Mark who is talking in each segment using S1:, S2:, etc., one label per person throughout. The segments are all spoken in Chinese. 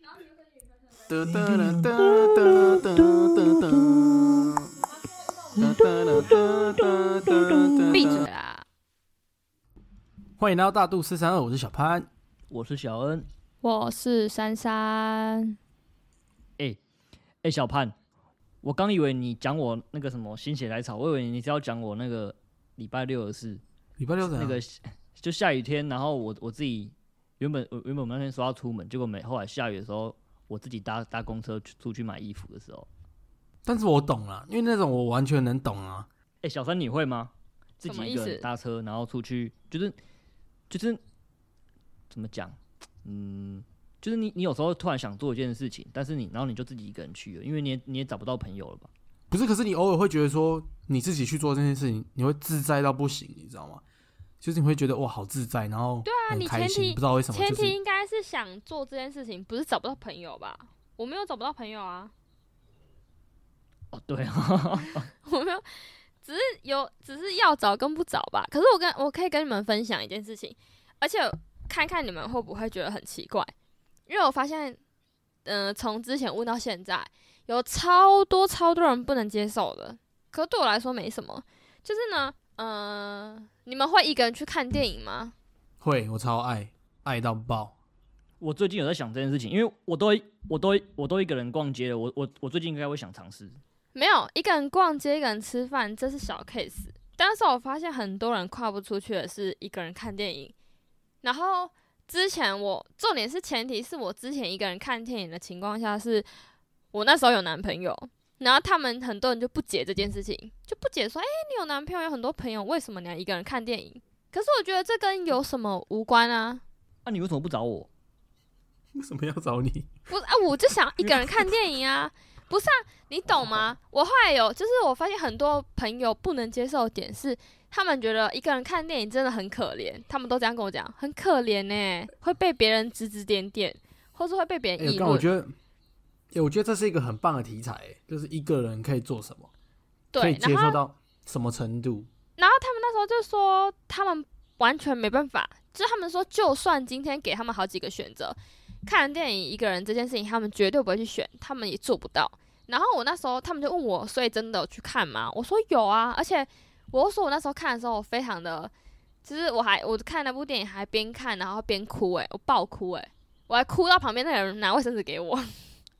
S1: 哒哒哒哒哒哒哒哒哒。
S2: 闭嘴！啊！
S1: 欢迎来到大肚四三二，我是小潘。
S3: 我是小恩。
S2: 我是珊珊，
S3: 哎、小潘，我刚以为你讲我那个什么心血来潮，我以为你是要讲我那个礼拜六的事，
S1: 礼拜六怎
S3: 那
S1: 样？
S3: 个就下雨天，然后我我自己原本我原本我们那天说要出门，结果没后来下雨的时候，我自己搭搭公车去出去买衣服的时候，
S1: 但是我懂了，因为那种我完全能懂啊。
S3: 哎、小三你会吗？自
S2: 什么
S3: 己
S2: 意
S3: 一个
S2: 思
S3: 人搭车，然后出去，就是就是怎么讲？嗯，就是你你有时候突然想做一件事情，但是你然后你就自己一个人去了，因为你也你也找不到朋友了吧？
S1: 不是，可是你偶尔会觉得说，你自己去做这件事情，你会自在到不行，你知道吗？就是你会觉得哇，好自在，然后
S2: 对啊
S1: 很
S2: 你
S1: 开
S2: 前提
S1: 心，不知道为什么，
S2: 前
S1: 就
S2: 提
S1: 是
S2: 应该是想做这件事情，不是找不到朋友吧？我没有找不到朋友啊，
S3: 哦，对啊。
S2: 我没有，只是有，只是要找跟不找吧。可是我跟我可以跟你们分享一件事情，而且看看你们会不会觉得很奇怪，因为我发现，嗯、从之前问到现在，有超多超多人不能接受的。可对我来说没什么，就是呢，嗯、你们会一个人去看电影吗？
S1: 会，我超爱，爱到爆。
S3: 我最近有在想这件事情，因为我都会我都会我都一个人逛街了，我我我最近应该会想尝试。
S2: 没有一个人逛街，一个人吃饭，这是小 case。但是我发现很多人跨不出去的是一个人看电影。然后之前我重点是前提是我之前一个人看电影的情况下是，我那时候有男朋友，然后他们很多人就不解这件事情，就不解说，哎、你有男朋友，有很多朋友，为什么你要一个人看电影？可是我觉得这跟有什么无关啊。
S3: 那、你为什么不找我？
S1: 为什么要找你？
S2: 不是啊，我就想一个人看电影啊，不是啊，你懂吗？我后来有，就是我发现很多朋友不能接受的点是，他们觉得一个人看电影真的很可怜，他们都这样跟我讲，很可怜呢、会被别人指指点点，或是会被别
S1: 哎、
S2: 人议
S1: 但我
S2: 论。
S1: 觉得，哎、我觉得这是一个很棒的题材、哎就是一个人可以做什么，可以
S2: 对，
S1: 接
S2: 然
S1: 受
S2: 后
S1: 到什么程度。
S2: 然后他们那时候就说，他们完全没办法，就是他们说，就算今天给他们好几个选择，看电影一个人这件事情，他们绝对不会去选，他们也做不到。然后我那时候他们就问我，所以真的有去看吗？我说有啊，而且我又说我那时候看的时候，我非常的，就是我还我看那部电影还边看然后边哭、诶，我爆哭、诶，我还哭到旁边那个人拿卫生纸给我。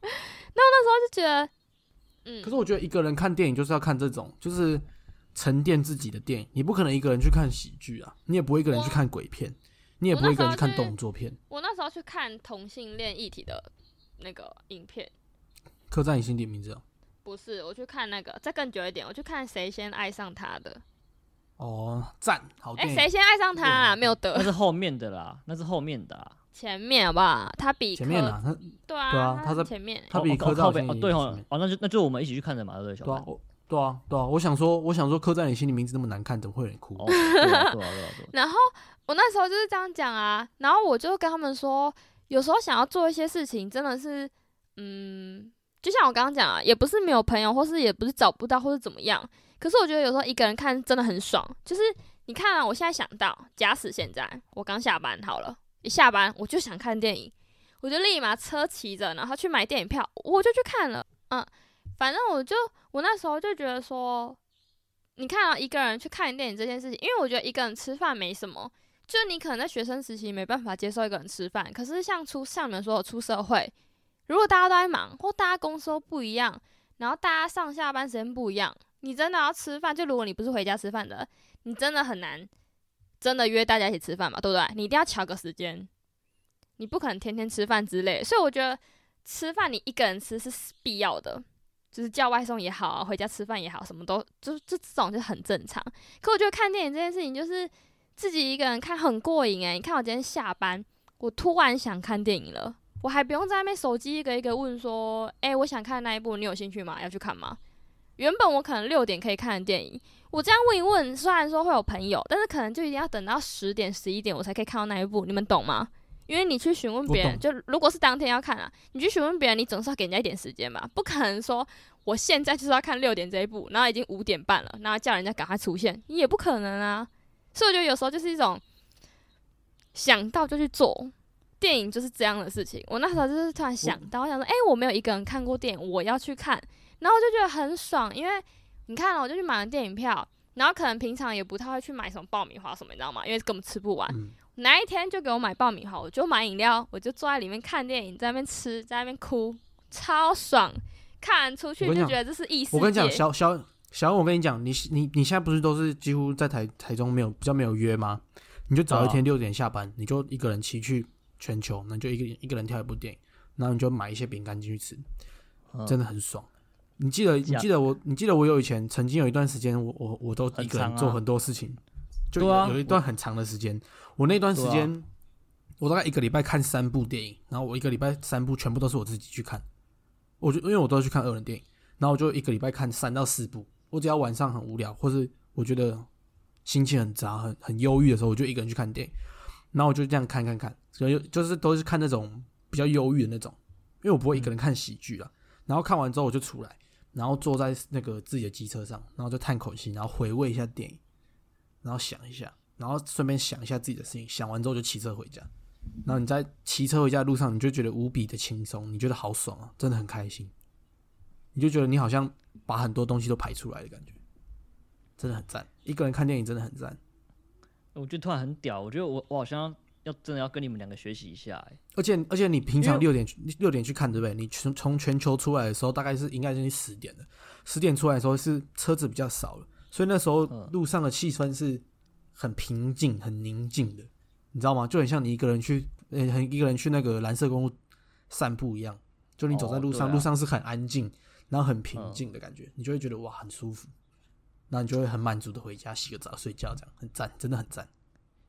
S2: 那我那时候就觉得，嗯，
S1: 可是我觉得一个人看电影就是要看这种，就是沉淀自己的电影。你不可能一个人去看喜剧啊，你也不会一个人去看鬼片，你也不会一个人去看动作片。
S2: 我那时候去看同性恋议题的那个影片，
S1: 刻在你心底名字哦。
S2: 不是，我去看那个，再更久一点，我去看《谁先爱上他》的。
S1: 哦，赞，好
S2: 哎、
S1: 电影。
S2: 谁先爱上他啊？
S1: 哇
S2: 没有
S3: 那
S2: 得
S3: 是后面的啦，那是后面的啊。
S2: 前面好不好？他比
S1: 前面
S2: 柯
S1: 啊，他
S2: 对啊，
S1: 对啊他
S2: 是
S1: 在
S2: 前面。
S1: 他比
S3: 哦
S1: 科
S3: 哦
S1: 照
S3: 靠背哦，对
S1: 哦
S3: 哦，，哦，那就那就我们一起去看的嘛，对不对，小
S1: 对
S3: 潘
S1: 啊？，我对啊，对啊。我想说，我想说，刻在你心里名字那么难看，怎么会有人哭
S3: 哦，？对啊，对啊，对啊，对啊。
S2: 然后我那时候就是这样讲啊，然后我就跟他们说，有时候想要做一些事情，真的是，嗯，就像我刚刚讲啊，也不是没有朋友，或是也不是找不到，或是怎么样。可是我觉得有时候一个人看真的很爽，就是你看啊，我现在想到，假使现在我刚下班好了，一下班我就想看电影，我就立马车骑着，然后去买电影票，我就去看了。嗯，反正我就我那时候就觉得说，你看啊，一个人去看电影这件事情，因为我觉得一个人吃饭没什么，就是你可能在学生时期没办法接受一个人吃饭，可是像出像你们说的出社会，如果大家都在忙，或大家公司都不一样，然后大家上下班时间不一样，你真的要吃饭，就如果你不是回家吃饭的，你真的很难真的约大家一起吃饭嘛，对不对？你一定要调个时间，你不可能天天吃饭之类，所以我觉得吃饭你一个人吃是必要的。就是叫外送也好啊，回家吃饭也好，什么都就是这这种就很正常。可我觉得看电影这件事情，就是自己一个人看很过瘾欸诶、你看我今天下班，我突然想看电影了，我还不用在那边手机一个一个问说，诶、我想看那一部，你有兴趣吗？要去看吗？原本我可能六点可以看的电影，我这样问一问，虽然说会有朋友，但是可能就一定要等到十点、十一点我才可以看到那一部，你们懂吗？因为你去询问别人，
S1: 我
S2: 就如果是当天要看啊，你去询问别人，你总是要给人家一点时间吧，不可能说我现在就是要看六点这一部，然后已经五点半了，然后叫人家赶快出现，你也不可能啊。所以我觉得有时候就是一种想到就去做，电影就是这样的事情。我那时候就是突然想
S1: 嗯
S2: 到，我想说，哎、我没有一个人看过电影，我要去看，然后我就觉得很爽，因为你看了、我就去买了电影票，然后可能平常也不太会去买什么爆米花什么，你知道吗？因为根本吃不完。
S1: 嗯，
S2: 哪一天就给我买爆米花，我就买饮料，我就坐在里面看电影，在那边吃，在那边哭，超爽。看出去
S1: 我跟你
S2: 就
S1: 讲
S2: 觉得这是异世界。
S1: 我跟你讲，小小小，我跟你讲，你你你现在不是都是几乎在台台中没有比较没有约吗？你就找一
S3: 嗯
S1: 天六点下班，你就一个人骑去全球，那你就一个一个人挑一部电影，然后你就买一些饼干进去吃，
S3: 嗯
S1: 真的很爽。你记得你
S3: 这样
S1: 记得我你记得我有以前曾经有一段时间，我我我都
S3: 很
S1: 一个人
S3: 长啊
S1: 做很多事情，就有,、
S3: 对啊
S1: 有一段很长的时间，我那段时
S3: 对啊
S1: 间、我大概一个礼拜看三部电影，然后我一个礼拜三部全部都是我自己去看，我就因为我都要去看二人电影，然后我就一个礼拜看三到四部，我只要晚上很无聊，或是我觉得心情很杂、很很忧郁的时候，我就一个人去看电影，然后我就这样看看看，所以就是都是看那种比较忧郁的那种，因为我不会一个人看喜剧啊。然后看完之后我就出来，然后坐在那个自己的机车上，然后就叹口气，然后回味一下电影，然后想一下，然后顺便想一下自己的事情，想完之后就骑车回家。然后你在骑车回家的路上，你就觉得无比的轻松，你觉得好爽啊，真的很开心，你就觉得你好像把很多东西都排出来的感觉，真的很赞。一个人看电影真的很赞，
S3: 我觉得突然很屌，我觉得我我好像要真的要跟你们两个学习一下、欸，
S1: 而且而且你平
S3: 因为
S1: 常六点去六点去看对不对？你从从全球出来的时候，大概是应该是十点的，十点出来的时候是车子比较少了，所以那时候
S3: 嗯
S1: 路上的气氛是很平静、很宁静的，你知道吗？就很像你一个人去，呃，很一个人去那个蓝色公路散步一样，就你走在
S3: 哦
S1: 路上，
S3: 对啊
S1: 路上是很安静，然后很平
S3: 嗯
S1: 静的感觉，你就会觉得哇，很舒服，然后你就会很满足的回家洗个澡、睡觉，这样很赞，真的很赞。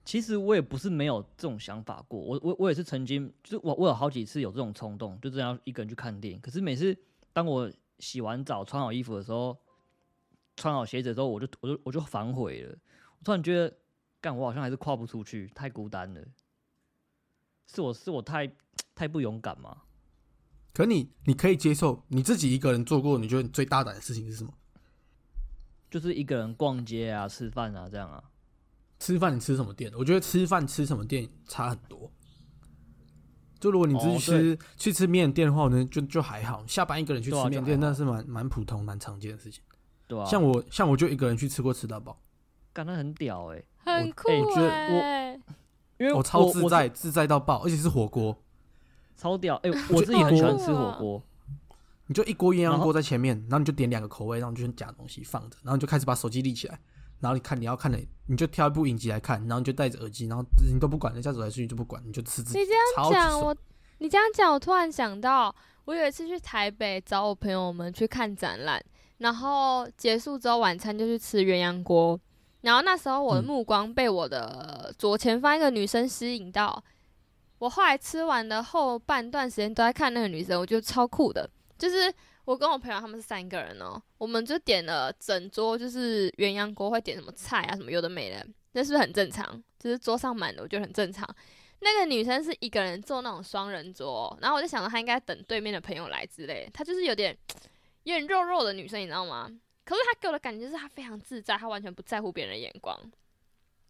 S3: 其实我也不是没有这种想法过，我我我也是曾经，就是我我有好几次有这种冲动，就真的要一个人去看电影。可是每次当我洗完澡、穿好衣服的时候，穿好鞋子的时候，我就我就我就反悔了。我突然觉得，干我好像还是跨不出去，太孤单了。是我是我太太不勇敢吗？
S1: 可你你可以接受你自己一个人做过，你觉得你最大胆的事情是什么？
S3: 就是一个人逛街啊、吃饭啊这样啊。
S1: 吃饭你吃什么店？我觉得吃饭吃什么店差很多。就如果你只
S3: 哦
S1: 是吃、去吃面店的话，呢就就还好。下班一个人去
S3: 对啊
S1: 吃面店，
S3: 就还
S1: 那
S3: 好
S1: 是蛮蛮普通、蛮常见的事情。
S3: 对啊，
S1: 像我像我就一个人去吃过吃到饱，
S3: 干那很屌哎、
S2: 很酷
S3: 我
S1: 觉得
S2: 哎、
S3: 我因为
S1: 我超自在，自在到爆，而且是火锅，
S3: 超屌 哎、
S1: 我
S3: 我
S1: 觉
S3: 自
S1: 得
S3: 己很喜欢
S2: 好酷
S3: 吃火
S2: 啊
S3: 锅。
S1: 你就一锅鸳
S3: 然
S1: 鸯
S3: 后
S1: 锅在前面，然后你就点两个口味，然后你就夹东西放着，然后你就开始把手机立起来，然后你看你要看的，你就挑一部影集来看，然后你就戴着耳机，然后你都不管人家走来走去就不管，你就吃自己
S2: 你这样
S1: 超级
S2: 讲，
S1: 爽。
S2: 我你这样讲，我突然想到，我有一次去台北找我朋友们去看展览，然后结束之后晚餐就去吃鸳鸯锅，然后那时候我的
S1: 嗯
S2: 目光被我的左前方一个女生吸引到，我后来吃完的后半段时间都在看那个女生，我觉得超酷的，就是。我跟我朋友他们是三个人哦，我们就点了整桌，就是鸳鸯锅会点什么菜啊，什么有的没的，那是不是很正常？就是桌上满的，我觉得很正常。那个女生是一个人坐那种双人桌，哦然后我就想着她应该等对面的朋友来之类的，她就是有点有点肉肉的女生，你知道吗？可是她给我的感觉就是她非常自在，她完全不在乎别人的眼光，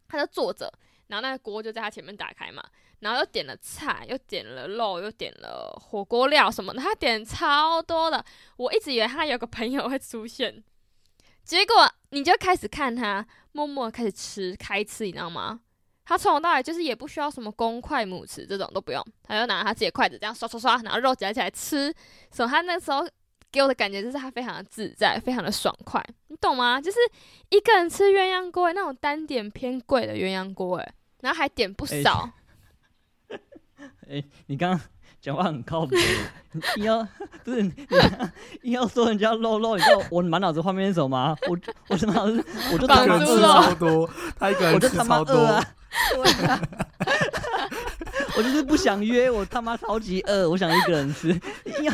S2: 她就坐着，然后那个锅就在她前面打开嘛，然后又点了菜，又点了肉，又点了火锅料什么的，她点超多的，我一直以为她有个朋友会出现，结果你就开始看她默默地开始吃开吃，你知道吗？他从头到尾就是也不需要什么公筷母匙这种都不用，他就拿他自己的筷子这样刷刷刷，然后肉夹起来吃。所以他那时候给我的感觉就是他非常的自在，非常的爽快，你懂吗？就是一个人吃鸳鸯锅，那种单点偏贵的鸳鸯锅，哎，然后还点不
S3: 哎
S2: 少，
S3: 哎、你刚刚讲话很靠谱，你硬要 不是你刚硬要说人家肉肉，你知道我满脑子画面是什么吗？我就我满脑子我就
S1: 他
S3: 他
S1: 一个人
S3: 妈
S1: 吃
S3: 饿啊，
S1: 超多，他一个
S3: 我
S1: 人
S3: 就
S1: 吃
S3: 他妈
S1: 超
S3: 饿
S1: 多
S3: 啊。，对啊 我就是不想约，我他妈超级饿，我想一个人吃。你硬要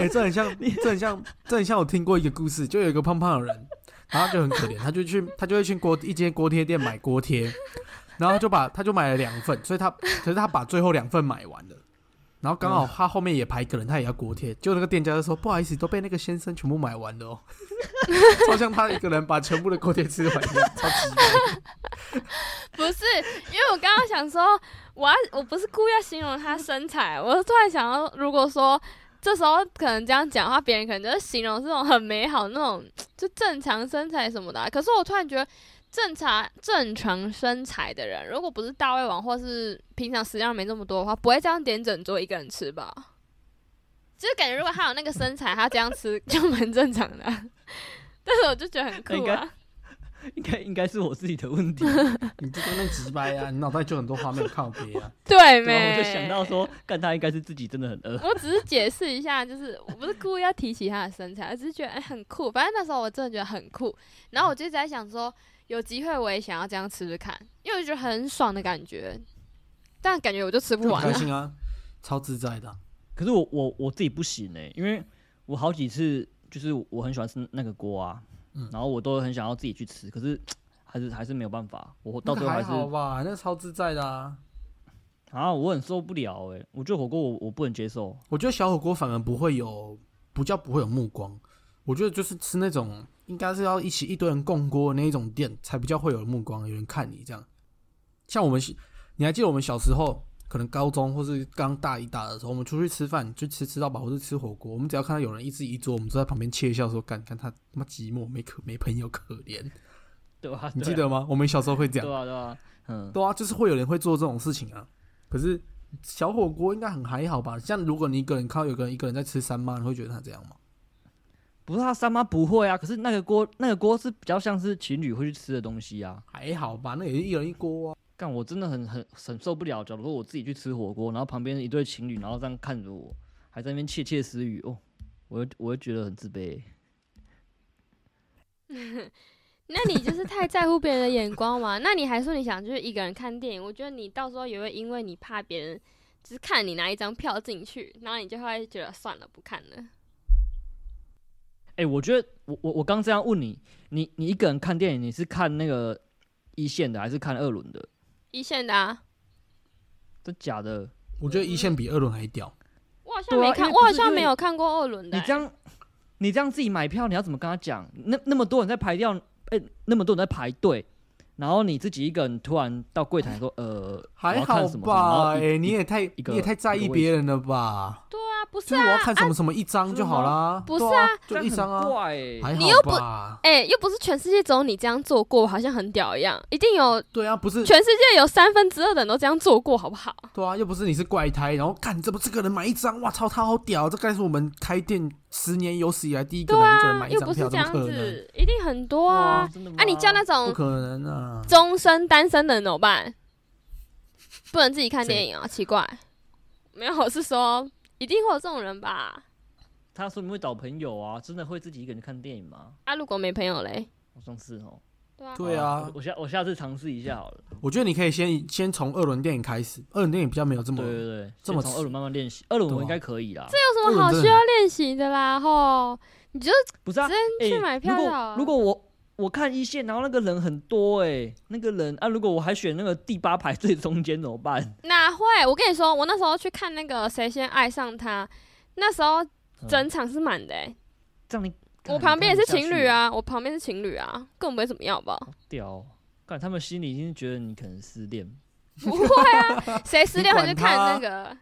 S1: 哎，这很像，这很像，这很像我听过一个故事，就有一个胖胖的人，然后他就很可怜，他就去他就会去锅一间锅贴店买锅贴，然后他就把他就买了两份，所以他可是他把最后两份买完了，然后刚好他后面也排一个人，他也要锅贴，就那个店家就说不好意思，都被那个先生全部买完了哦， 超像他一个人把全部的锅贴吃完一样，超级
S2: 不是，因为我刚刚想说，我要我不是故意要形容她身材，我是突然想到，如果说这时候可能这样讲的话，别人可能就是形容这种很美好那种就正常身材什么的啊、可是我突然觉得。正常正常身材的人，如果不是大胃王或是平常食量没这么多的话，不会这样点整桌一个人吃 吧？就是感觉如果他有那个身材，他这样吃 就蛮正常的啊、 但是我就觉得很
S3: 那应
S2: 酷
S3: 该
S2: 啊。
S3: 应该应该是我自己的问题。
S1: 你就在那急掰啊，你脑袋就很多画面靠别啊，
S2: 对
S3: 对啊，
S2: 没？
S3: 我就想到说，干他应该是自己真的很饿。
S2: 我只是解释一下，就是我不是故意要提起他的身材，我只是觉得哎、很酷。反正那时候我真的觉得很酷，然后我就一直在想说，有机会我也想要这样吃吃看，因为我觉得很爽的感觉，但感觉我就吃不
S1: 就很
S2: 完
S1: 开
S3: 嗯
S2: 了。
S1: 心啊，超自在的啊、
S3: 可是我我我自己不行哎、因为我好几次就是我很喜欢吃那个锅啊，
S1: 嗯
S3: 然后我都很想要自己去吃，可是还是还是没有办法，我到最后
S1: 那
S3: 还
S1: 个
S3: 是
S1: 好吧，那超自在的啊。
S3: 啊，我很受不了哎、我觉得火锅我我不能接受，
S1: 我觉得小火锅反而不会有，不叫不会有目光。我觉得就是吃那种应该是要一起一堆人共锅的那一种店，才比较会有目光，有人看你这样。像我们小，你还记得我们小时候，可能高中或是刚大一大的时候，我们出去吃饭就吃吃到饱，或是吃火锅，我们只要看到有人一自己一桌，我们就在旁边窃笑说：“干干他他妈寂寞，没可没朋友可怜。
S3: 对吧、”
S1: 你
S3: 对
S1: 记
S3: 啊
S1: 得吗？我们小时候会这样。
S3: 对啊对啊，嗯，
S1: 对啊，就是会有人会做这种事情啊。可是小火锅应该很还好吧？像如果你一个人看到有个人一个人在吃三妈，你会觉得他这样吗？
S3: 不是他三妈不会啊，可是那个锅那个锅是比较像是情侣会去吃的东西啊。
S1: 还好吧，那也是一人一锅啊。
S3: 干我真的很很很受不了，假如说我自己去吃火锅，然后旁边一对情侣，然后这样看着我，还在那边窃窃私语哦，我会我会觉得很自卑欸、
S2: 那你就是太在乎别人的眼光嘛？那你还说你想就是一个人看电影，我觉得你到时候也会因为你怕别人只是看你拿一张票进去，然后你就会觉得算了，不看了。
S3: 哎、我觉得我我我刚这样问你，你你一个人看电影，你是看那个一线的还是看二轮的？
S2: 一线的啊，
S3: 真假的？
S1: 我觉得一线比二轮还屌。
S2: 我好像
S3: 对啊
S2: 没看，
S3: 因为不
S2: 我好
S3: 是
S2: 像
S3: 因为
S2: 没有看过二轮的、
S3: 你
S2: 欸
S3: 这样你这样自己买票，你要怎么跟他讲？那那么多人在排掉，哎、那么多人在排队，然后你自己一个人突然到柜台说，呃，我
S1: 还
S3: 要看
S1: 好
S3: 什么什么然
S1: 吧，
S3: 后
S1: 哎、
S3: 一
S1: 你也太
S3: 一个
S1: 你也太在
S3: 一
S1: 意
S3: 个位置
S1: 别人了吧？
S2: 对啊，不是
S1: 就是
S2: 啊，
S1: 我要看什么什么一张就好啦，
S2: 不是啊
S1: 对啊，
S3: 这
S1: 就
S3: 样
S1: 一张
S3: 很
S1: 啊，
S3: 怪欸
S1: 还
S2: 你又
S1: 好
S2: 不
S1: 吧？
S2: 哎、又不是全世界只有你这样做过，好像很屌一样，一定有
S1: 对啊，不是
S2: 全世界有三分之二的人都这样做过，好不好？
S1: 对啊，又不是你是怪胎，然后看这不这个人买一张，哇操，他好屌，这该是我们开店十年有史以来第一个
S2: 对
S1: 人一个人
S2: 啊
S1: 买，一
S2: 又
S1: 张
S2: 不
S1: 票，
S2: 是这
S1: 怎么
S2: 样
S1: 可能？
S2: 子，一定很多啊。
S3: 真的吗
S2: 啊，你叫那
S1: 不
S2: 种
S1: 可能啊！
S2: 终身单身的人怎么办？不能自己看电影啊，奇怪。没有，我是说一定会有这种人吧？
S3: 他说你会找朋友啊，真的会自己一个人看电影吗？
S2: 啊，如果没朋友嘞，
S3: 好像是哦。
S2: 对啊，
S1: 对
S3: 好
S1: 啊
S3: 我，我下我下次尝试一下好了。
S1: 我觉得你可以先先从二轮电影开始，二轮电影比较没有这
S3: 对
S1: 么
S3: 对对，
S1: 这
S3: 先
S1: 么
S3: 从
S1: 吃
S3: 二轮慢慢练习，二轮
S1: 对
S3: 我
S1: 啊
S3: 应该可以啦。
S2: 有什么好需要练习的啦？吼，你就
S3: 不是啊，
S2: 真去
S3: 欸
S2: 买票就
S3: 如
S2: 好
S3: 果
S2: 啊
S3: 如果我我看一线，然后那个人很多哎、那个人啊，如果我还选那个第八排最中间怎么办？
S2: 哪会？我跟你说，我那时候去看那个《谁先爱上他》，那时候
S1: 嗯
S2: 整场是满的、欸，
S3: 这样你
S2: 我
S3: 干
S2: 旁边也是情侣，
S3: 你
S2: 啊，我旁边是情侣啊，根本不会怎么样 吧？
S3: 看不下去屌哦！看他们心里已经觉得你可能失恋，
S2: 不会啊，谁失恋
S1: 你
S2: 他
S1: 管
S2: 就看
S1: 他
S2: 那个，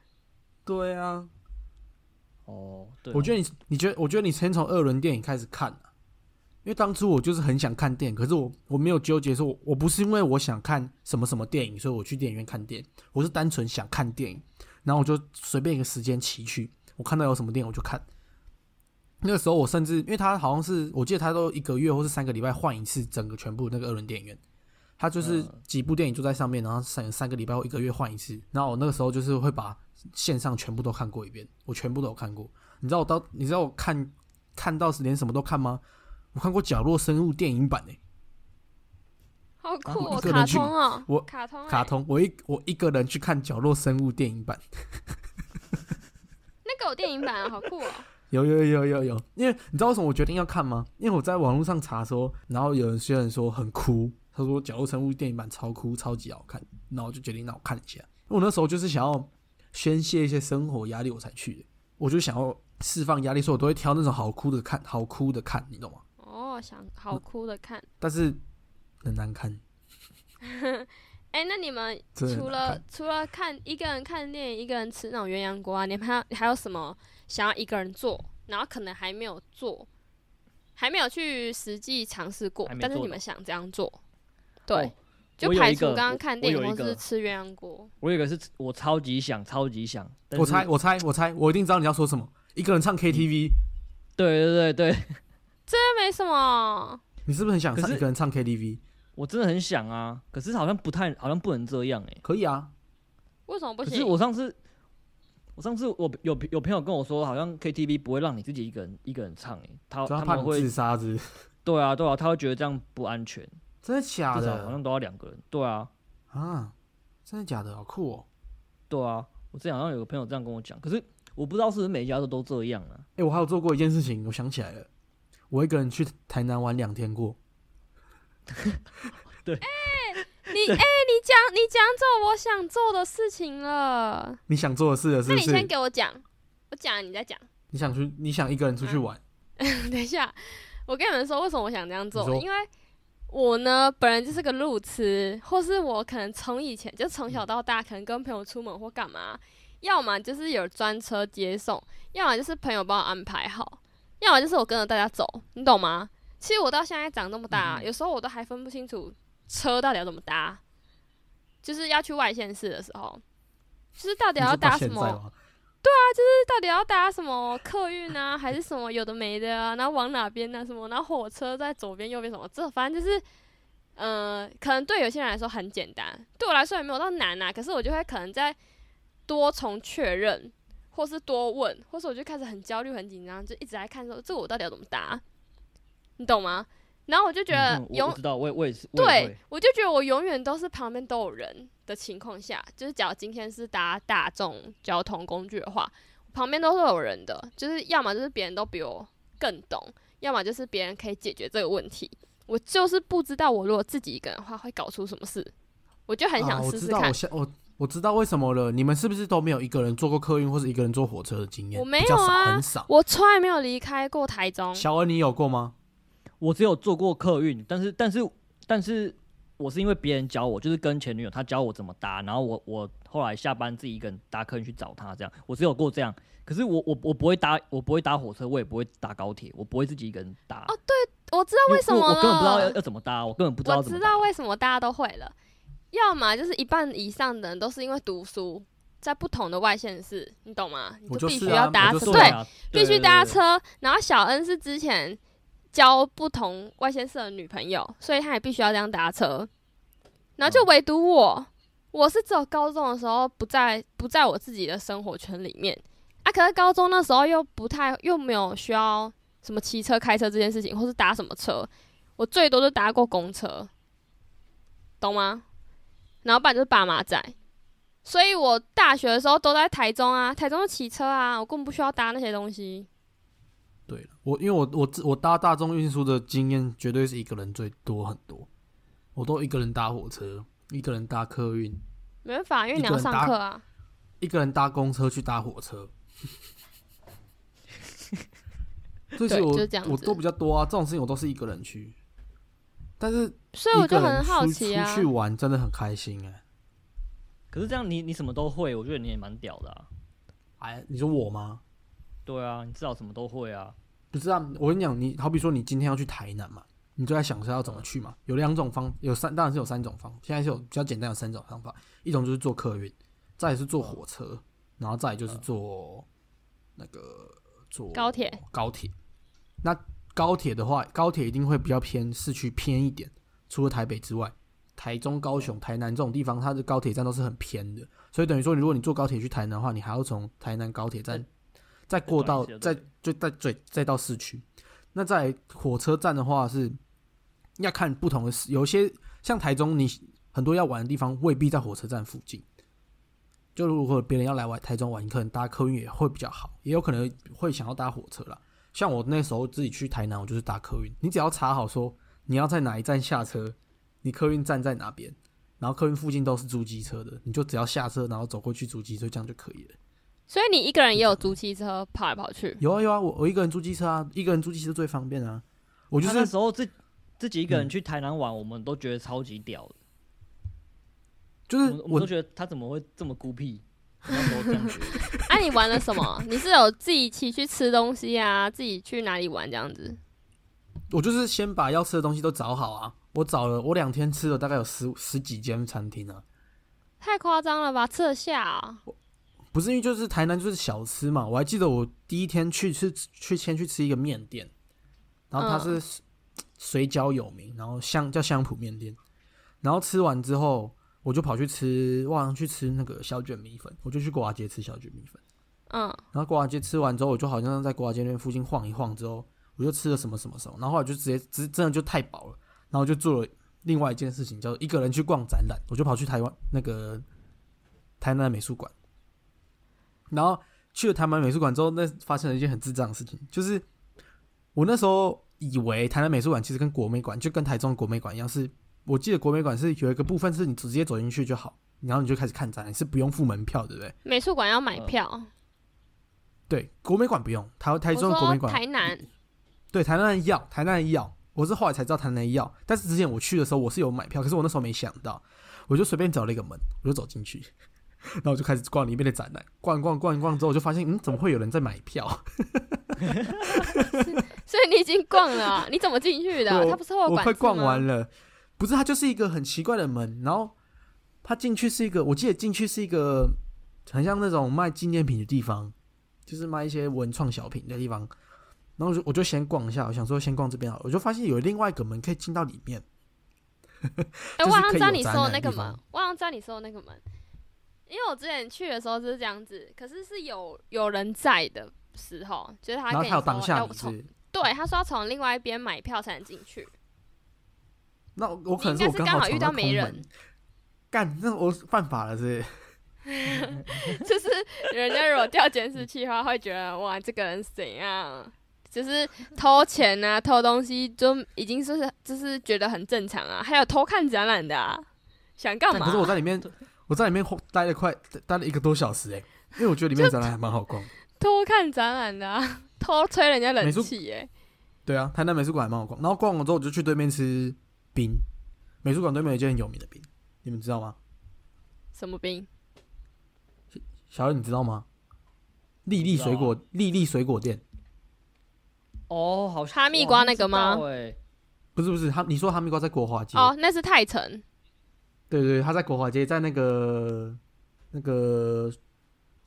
S1: 对啊。
S3: 哦，对哦，
S1: 我觉得你，你觉得，我觉得你先从二轮电影开始看、啊、因为当初我就是很想看电影，可是我我没有纠结说我，我不是因为我想看什么什么电影，所以我去电影院看电影，我是单纯想看电影，然后我就随便一个时间骑去，我看到有什么电影我就看。那个时候我甚至，因为他好像是，我记得他都一个月或是三个礼拜换一次整个全部那个二轮电影院，他就是
S3: 嗯
S1: 几部电影就在上面，然后三三个礼拜或一个月换一次。然后我那个时候就是会把线上全部都看过一遍，我全部都有看过。你知道我到你知道我看看到是连什么都看吗？我看过《角落生物》电影版欸诶、
S2: 好酷
S1: 我
S2: 哦、
S1: 啊一个人
S2: 卡
S1: 去
S2: 通哦、
S1: 我
S2: 卡通、欸，
S1: 卡通，我一我一个人去看《角落生物》电影版，
S2: 那个有电影版、啊，好酷哦、
S1: 有有有有有，因为你知道为什么我决定要看吗？因为我在网络上查说，然后有人虽然说很哭，他说《角落生物》电影版超哭，超级好看，然后我就决定让我看一下。因为我那时候就是想要宣泄一些生活压力我才去的。我就想要释放压力，所以我都会挑那种好哭的看，好哭的看，你懂吗？
S2: 哦，想好
S1: 嗯
S2: 哭的看。
S1: 但是很难看，
S2: 哎、那你们
S1: 真的很
S2: 除
S1: 难
S2: 了
S1: 看
S2: 除了看一个人看电影，一个人吃那种鸳鸯锅啊，你们还有还有什么想要一个人做，然后可能还没有做，还没有去实际尝试过
S3: 还，没
S2: 但是
S3: 做
S2: 你
S3: 到
S2: 们想这样做，对，
S3: 哦
S2: 就
S3: 我有
S2: 排
S3: 一
S2: 除
S3: 个
S2: 刚刚
S3: 我
S2: 看
S3: 我
S2: 电影
S3: 有
S2: 或
S3: 一
S2: 是
S3: 个
S2: 吃鸳鸯锅。
S3: 我有一个是我超级想，超级想，但
S1: 我
S3: 是嗯
S1: 猜，我猜，我猜，我一定知道你要说什么。一个人唱 KTV，
S3: 对对对对，
S2: 这没什么，
S1: 你是不是很想
S3: 可
S1: 唱
S3: 是
S1: 一个人唱 KTV？
S3: 我真的很想啊，可是好像不太，好像不能这样哎、
S1: 可以啊，
S2: 为什么不
S3: 可
S2: 行
S3: 是？我上次，我上次我有有朋友跟我说，好像 KTV 不会让你自己一个人一个人唱哎、他
S1: 只要
S3: 他
S1: 怕
S3: 们
S1: 你
S3: 会
S1: 自杀之，对
S3: 对啊对啊，他会觉得这样不安全，
S1: 真的假
S3: 至少好
S1: 的
S3: 像都要两个人。对啊
S1: 啊？真的假的？好酷哦！
S3: 对啊，我之前好像有个朋友这样跟我讲，可是我不知道是不是每一家都都这样啊。
S1: 哎、我还有做过一件事情，我想起来了，我一个人去台南玩两天过。
S2: 你哎、你讲你讲做我想做的事情了，
S1: 你想做的事了，是
S2: 那
S1: 不
S2: 你先
S1: 是？
S2: 给我讲，我讲你再讲。
S1: 你想去，你想一个人出去
S2: 嗯
S1: 玩，
S2: 等一下，我跟你们说为什么我想这样做
S1: 你，说
S2: 因为我呢本人就是个路痴，或是我可能从以前就从小到大，可能跟朋友出门或干嘛，要么就是有专车接送，要么就是朋友帮我安排好，要么就是我跟着大家走，你懂吗？其实我到现在长这么大，
S3: 嗯
S2: 有时候我都还分不清楚车到底要怎么搭，就是要去外县市的时候，就是到底
S1: 你
S2: 要
S1: 是
S2: 搭
S1: 到
S2: 什
S1: 现
S2: 么
S1: 在？吗？
S2: 到底要搭什么客运啊，还是什么有的没的啊？然后往哪边啊？什么？然后火车在左边、右边什么？这反正就是，呃，可能对有些人来说很简单，对我来说也没有到难啊。可是我就会可能在多重确认，或是多问，或是我就开始很焦虑、很紧张，就一直在看说这个我到底要怎么搭，你懂吗？然后我就觉得
S3: 嗯我
S2: 永
S3: 我知道，我也我也是，我也
S2: 呃对
S3: 会，
S2: 我就觉得我永远都是旁边都有人的情况下，就是假如今天是搭大众交通工具的话，旁边都是有人的，就是要么就是别人都比我更懂，要么就是别人可以解决这个问题。我就是不知道，我如果自己一个人的话，会搞出什么事。我就很
S1: 啊
S2: 想
S1: 我
S2: 试
S1: 知
S2: 试
S1: 道，
S2: 看
S1: 我。想我我知道为什么了。你们是不是都没有一个人坐过客运或者一个人坐火车的经验？
S2: 我没
S1: 比较
S2: 有
S1: 少
S2: 啊
S1: 很少。
S2: 我从来没有离开过台中。
S1: 小恩，你有过吗？
S3: 我只有做过客运，但是但是但是我是因为别人教我，就是跟前女友她教我怎么搭，然后我我后来下班自己一个人搭客运去找她，这样我只有过这样。可是我我我不会搭，我不会搭火车，我也不会搭高铁，我不会自己一个人搭。
S2: 哦我知道
S3: 因
S2: 为什么
S3: 我我
S2: 了。
S3: 根本不知道要要怎么搭，我根本不知道
S2: 我
S3: 怎么
S2: 知
S3: 搭。
S2: 道为什么大家都会了，要么就是一半以上的人都是因为读书，在不同的外县市，你懂吗？你
S1: 我就是
S2: 必须
S1: 啊
S2: 要
S1: 我
S2: 搭
S1: 就
S2: 车，
S1: 是
S2: 对，
S3: 啊，
S2: 必须搭
S3: 对。对对对
S2: 车。然后小恩是之前交不同外县市的女朋友，所以他也必须要这样搭车。然后就唯独我，我是只有高中的时候不在不在我自己的生活圈里面啊。可是高中那时候又不太又没有需要什么骑车、开车这件事情，或是搭什么车，我最多就搭过公车，懂吗？然后不然就是爸妈在，所以我大学的时候都在台中啊，台中就骑车啊，我根本不需要搭那些东西。
S1: 对了，我因为我我自我搭大众运输的经验绝对是一个人最多很多，我都一个人搭火车，一个人搭客运，
S2: 没办法，因为你
S1: 一
S2: 要
S1: 个人
S2: 上
S1: 搭
S2: 课啊。
S1: 一个人搭公车去搭火 车。所以其实
S2: 对
S1: 我
S2: 就是这样子
S1: 我都比较多啊，这种事情我都是一个人去，但是
S2: 所以我
S1: 一
S2: 就
S1: 个
S2: 很
S1: 人
S2: 好
S1: 出
S2: 奇啊
S1: 出，去玩真的很开心哎、
S3: 可是这样你你什么都会，我觉得你也蛮屌的啊。
S1: 哎，你说我吗？
S3: 对啊，你至少什么都会啊。
S1: 不是啊，我跟你讲，你好比说你今天要去台南嘛，你就在想说要怎么去嘛。有两种方，有三，当然是有三种方，现在是有比较简单有三种方法，一种就是坐客运，再来是坐火车，然后再来就是坐那个坐
S2: 高铁。
S1: 高铁，那高铁的话，高铁一定会比较偏市区偏一点，除了台北之外，台中、高雄、
S3: 嗯
S1: 台南这种地方，它的高铁站都是很偏的，所以等于说，如果你坐高铁去台南的话，你还要从台南高铁站再过到
S3: 再转一次
S1: 再就再再再到市区。那在火车站的话是要看不同的市，有些像台中，你很多要玩的地方未必在火车站附近。就如果别人要来玩台中玩，你可能搭客运也会比较好，也有可能会想要搭火车啦。像我那时候自己去台南，我就是搭客运，你只要查好说你要在哪一站下车，你客运站在哪边，然后客运附近都是租机车的，你就只要下车，然后走过去租机车，这样就可以了。
S3: 嗯
S2: 所以你一个人也有租汽车跑来跑去，
S1: 有啊有啊，我我一个人租机车啊，一个人租机车最方便啊。我
S3: 我
S1: 就
S3: 那
S1: 是
S3: 时候自自己一个人
S1: 嗯
S3: 去台南玩，我们都觉得超级屌的，
S1: 就
S3: 我
S1: 是
S3: 们我们
S1: 我
S3: 都觉得他怎么会这么孤 僻？那时候这样觉得。
S2: 啊，你玩了什么？ 你是有自己骑去吃东西啊，自己去哪里玩这样子？
S1: 我就是先把要吃的东西都找好啊。我找了我两天吃了大概有十十几间餐厅啊，
S2: 太夸张了吧，吃得下、啊？
S1: 不是因为就是台南就是小吃嘛，我还记得我第一天去吃去先去吃一个面店，然后它是水水饺有名，然后香叫香浦面店，然后吃完之后我就跑去吃，我好像去吃那个小卷米粉，我就去国华街吃小卷米粉，
S2: 嗯，
S1: 然后国华街吃完之后，我就好像在国华街那边附近晃一晃之后，我就吃了什么什么什么，然后后来就直接直真的就太饱了，然后我就做了另外一件事情，叫做一个人去逛展览，我就跑去台湾那个台南的美术馆，然后去了台南美术馆之后，那发生了一件很智障的事情，就是我那时候以为台南美术馆其实跟国美馆就跟台中国美馆一样是，我记得国美馆是有一个部分是你直接走进去就好，然后你就开始看展览，是不用付门票，对不对？
S2: 美术馆要买票。
S1: 对，国美馆不用，台呃台
S2: 我
S1: 中的国美
S2: 说
S1: 馆
S2: 台南，
S1: 对，台南人要，台南人要，我是后来才知道台南人要，但是之前我去的时候我是有买票，可是我那时候没想到，我就随便找了一个门，我就走进去，然后我就开始逛里面的展览，逛逛逛逛之后，我就发现，嗯，怎么会有人在买票？
S2: 所以你已经逛 了、啊，你怎么进去的、啊？
S1: 对
S2: 它不是会有
S1: 我
S2: 管
S1: 快
S2: 制
S1: 逛
S2: 吗
S1: 完了，不是，它就是一个很奇怪的门，然后它进去是一个，我记得进去是一个很像那种卖纪念品的地方，就是卖一些文创小品的地方。然后我就我就先逛一下，我想说先逛这边好了，我就发现有另外一个门可以进到里面。
S2: 哎、
S1: 就是
S2: 我好像
S1: 可以
S2: 知道
S1: 有
S2: 你
S1: 展
S2: 说的
S1: 览
S2: 那
S1: 的
S2: 个
S1: 地方
S2: 门，我好像知道你说的那个门，因为我之前去的时候就是这样子，可是是有有人在的时候，就是他
S1: 然后
S2: 跟你
S1: 他有
S2: 说
S1: 当下
S2: 要
S1: 你
S2: 从，
S1: 是，
S2: 对，他说要从另外一边买票才能进去，
S1: 那我我可能
S2: 你应
S1: 我
S2: 该是
S1: 刚
S2: 刚好
S1: 从
S2: 遇
S1: 那
S2: 到没
S1: 空
S2: 人
S1: 门，干，那我犯法了是不是
S2: 就是人家如果调监视器的话，会觉得哇，这个人是怎样？就是偷钱啊，偷东西就已经是就是觉得很正常啊，还有偷看展览的、啊，想干
S1: 但哎
S2: 嘛？
S1: 可是我在里面，我在里面待了快待了一个多小时哎、因为我觉得里面的展览还蛮好逛的。
S2: 偷看展览的、啊， 偷吹人家冷
S1: 美术
S2: 气耶、
S1: 对啊，台南美术馆还蛮好逛。然后逛完之后，我就去对面吃冰。美术馆对面有一间很有名的冰，你们知道吗？
S2: 什么兵？
S1: 小恩，你知道吗？丽丽水果，
S2: 啊
S1: 丽丽、水果店，
S3: 哦，好像
S2: 哈密瓜那个吗？
S3: 我好像知道欸
S1: 不是不是，他你说哈密瓜在国华街？
S2: 哦，那是泰城，
S1: 对对对，他在国华街，在那个那个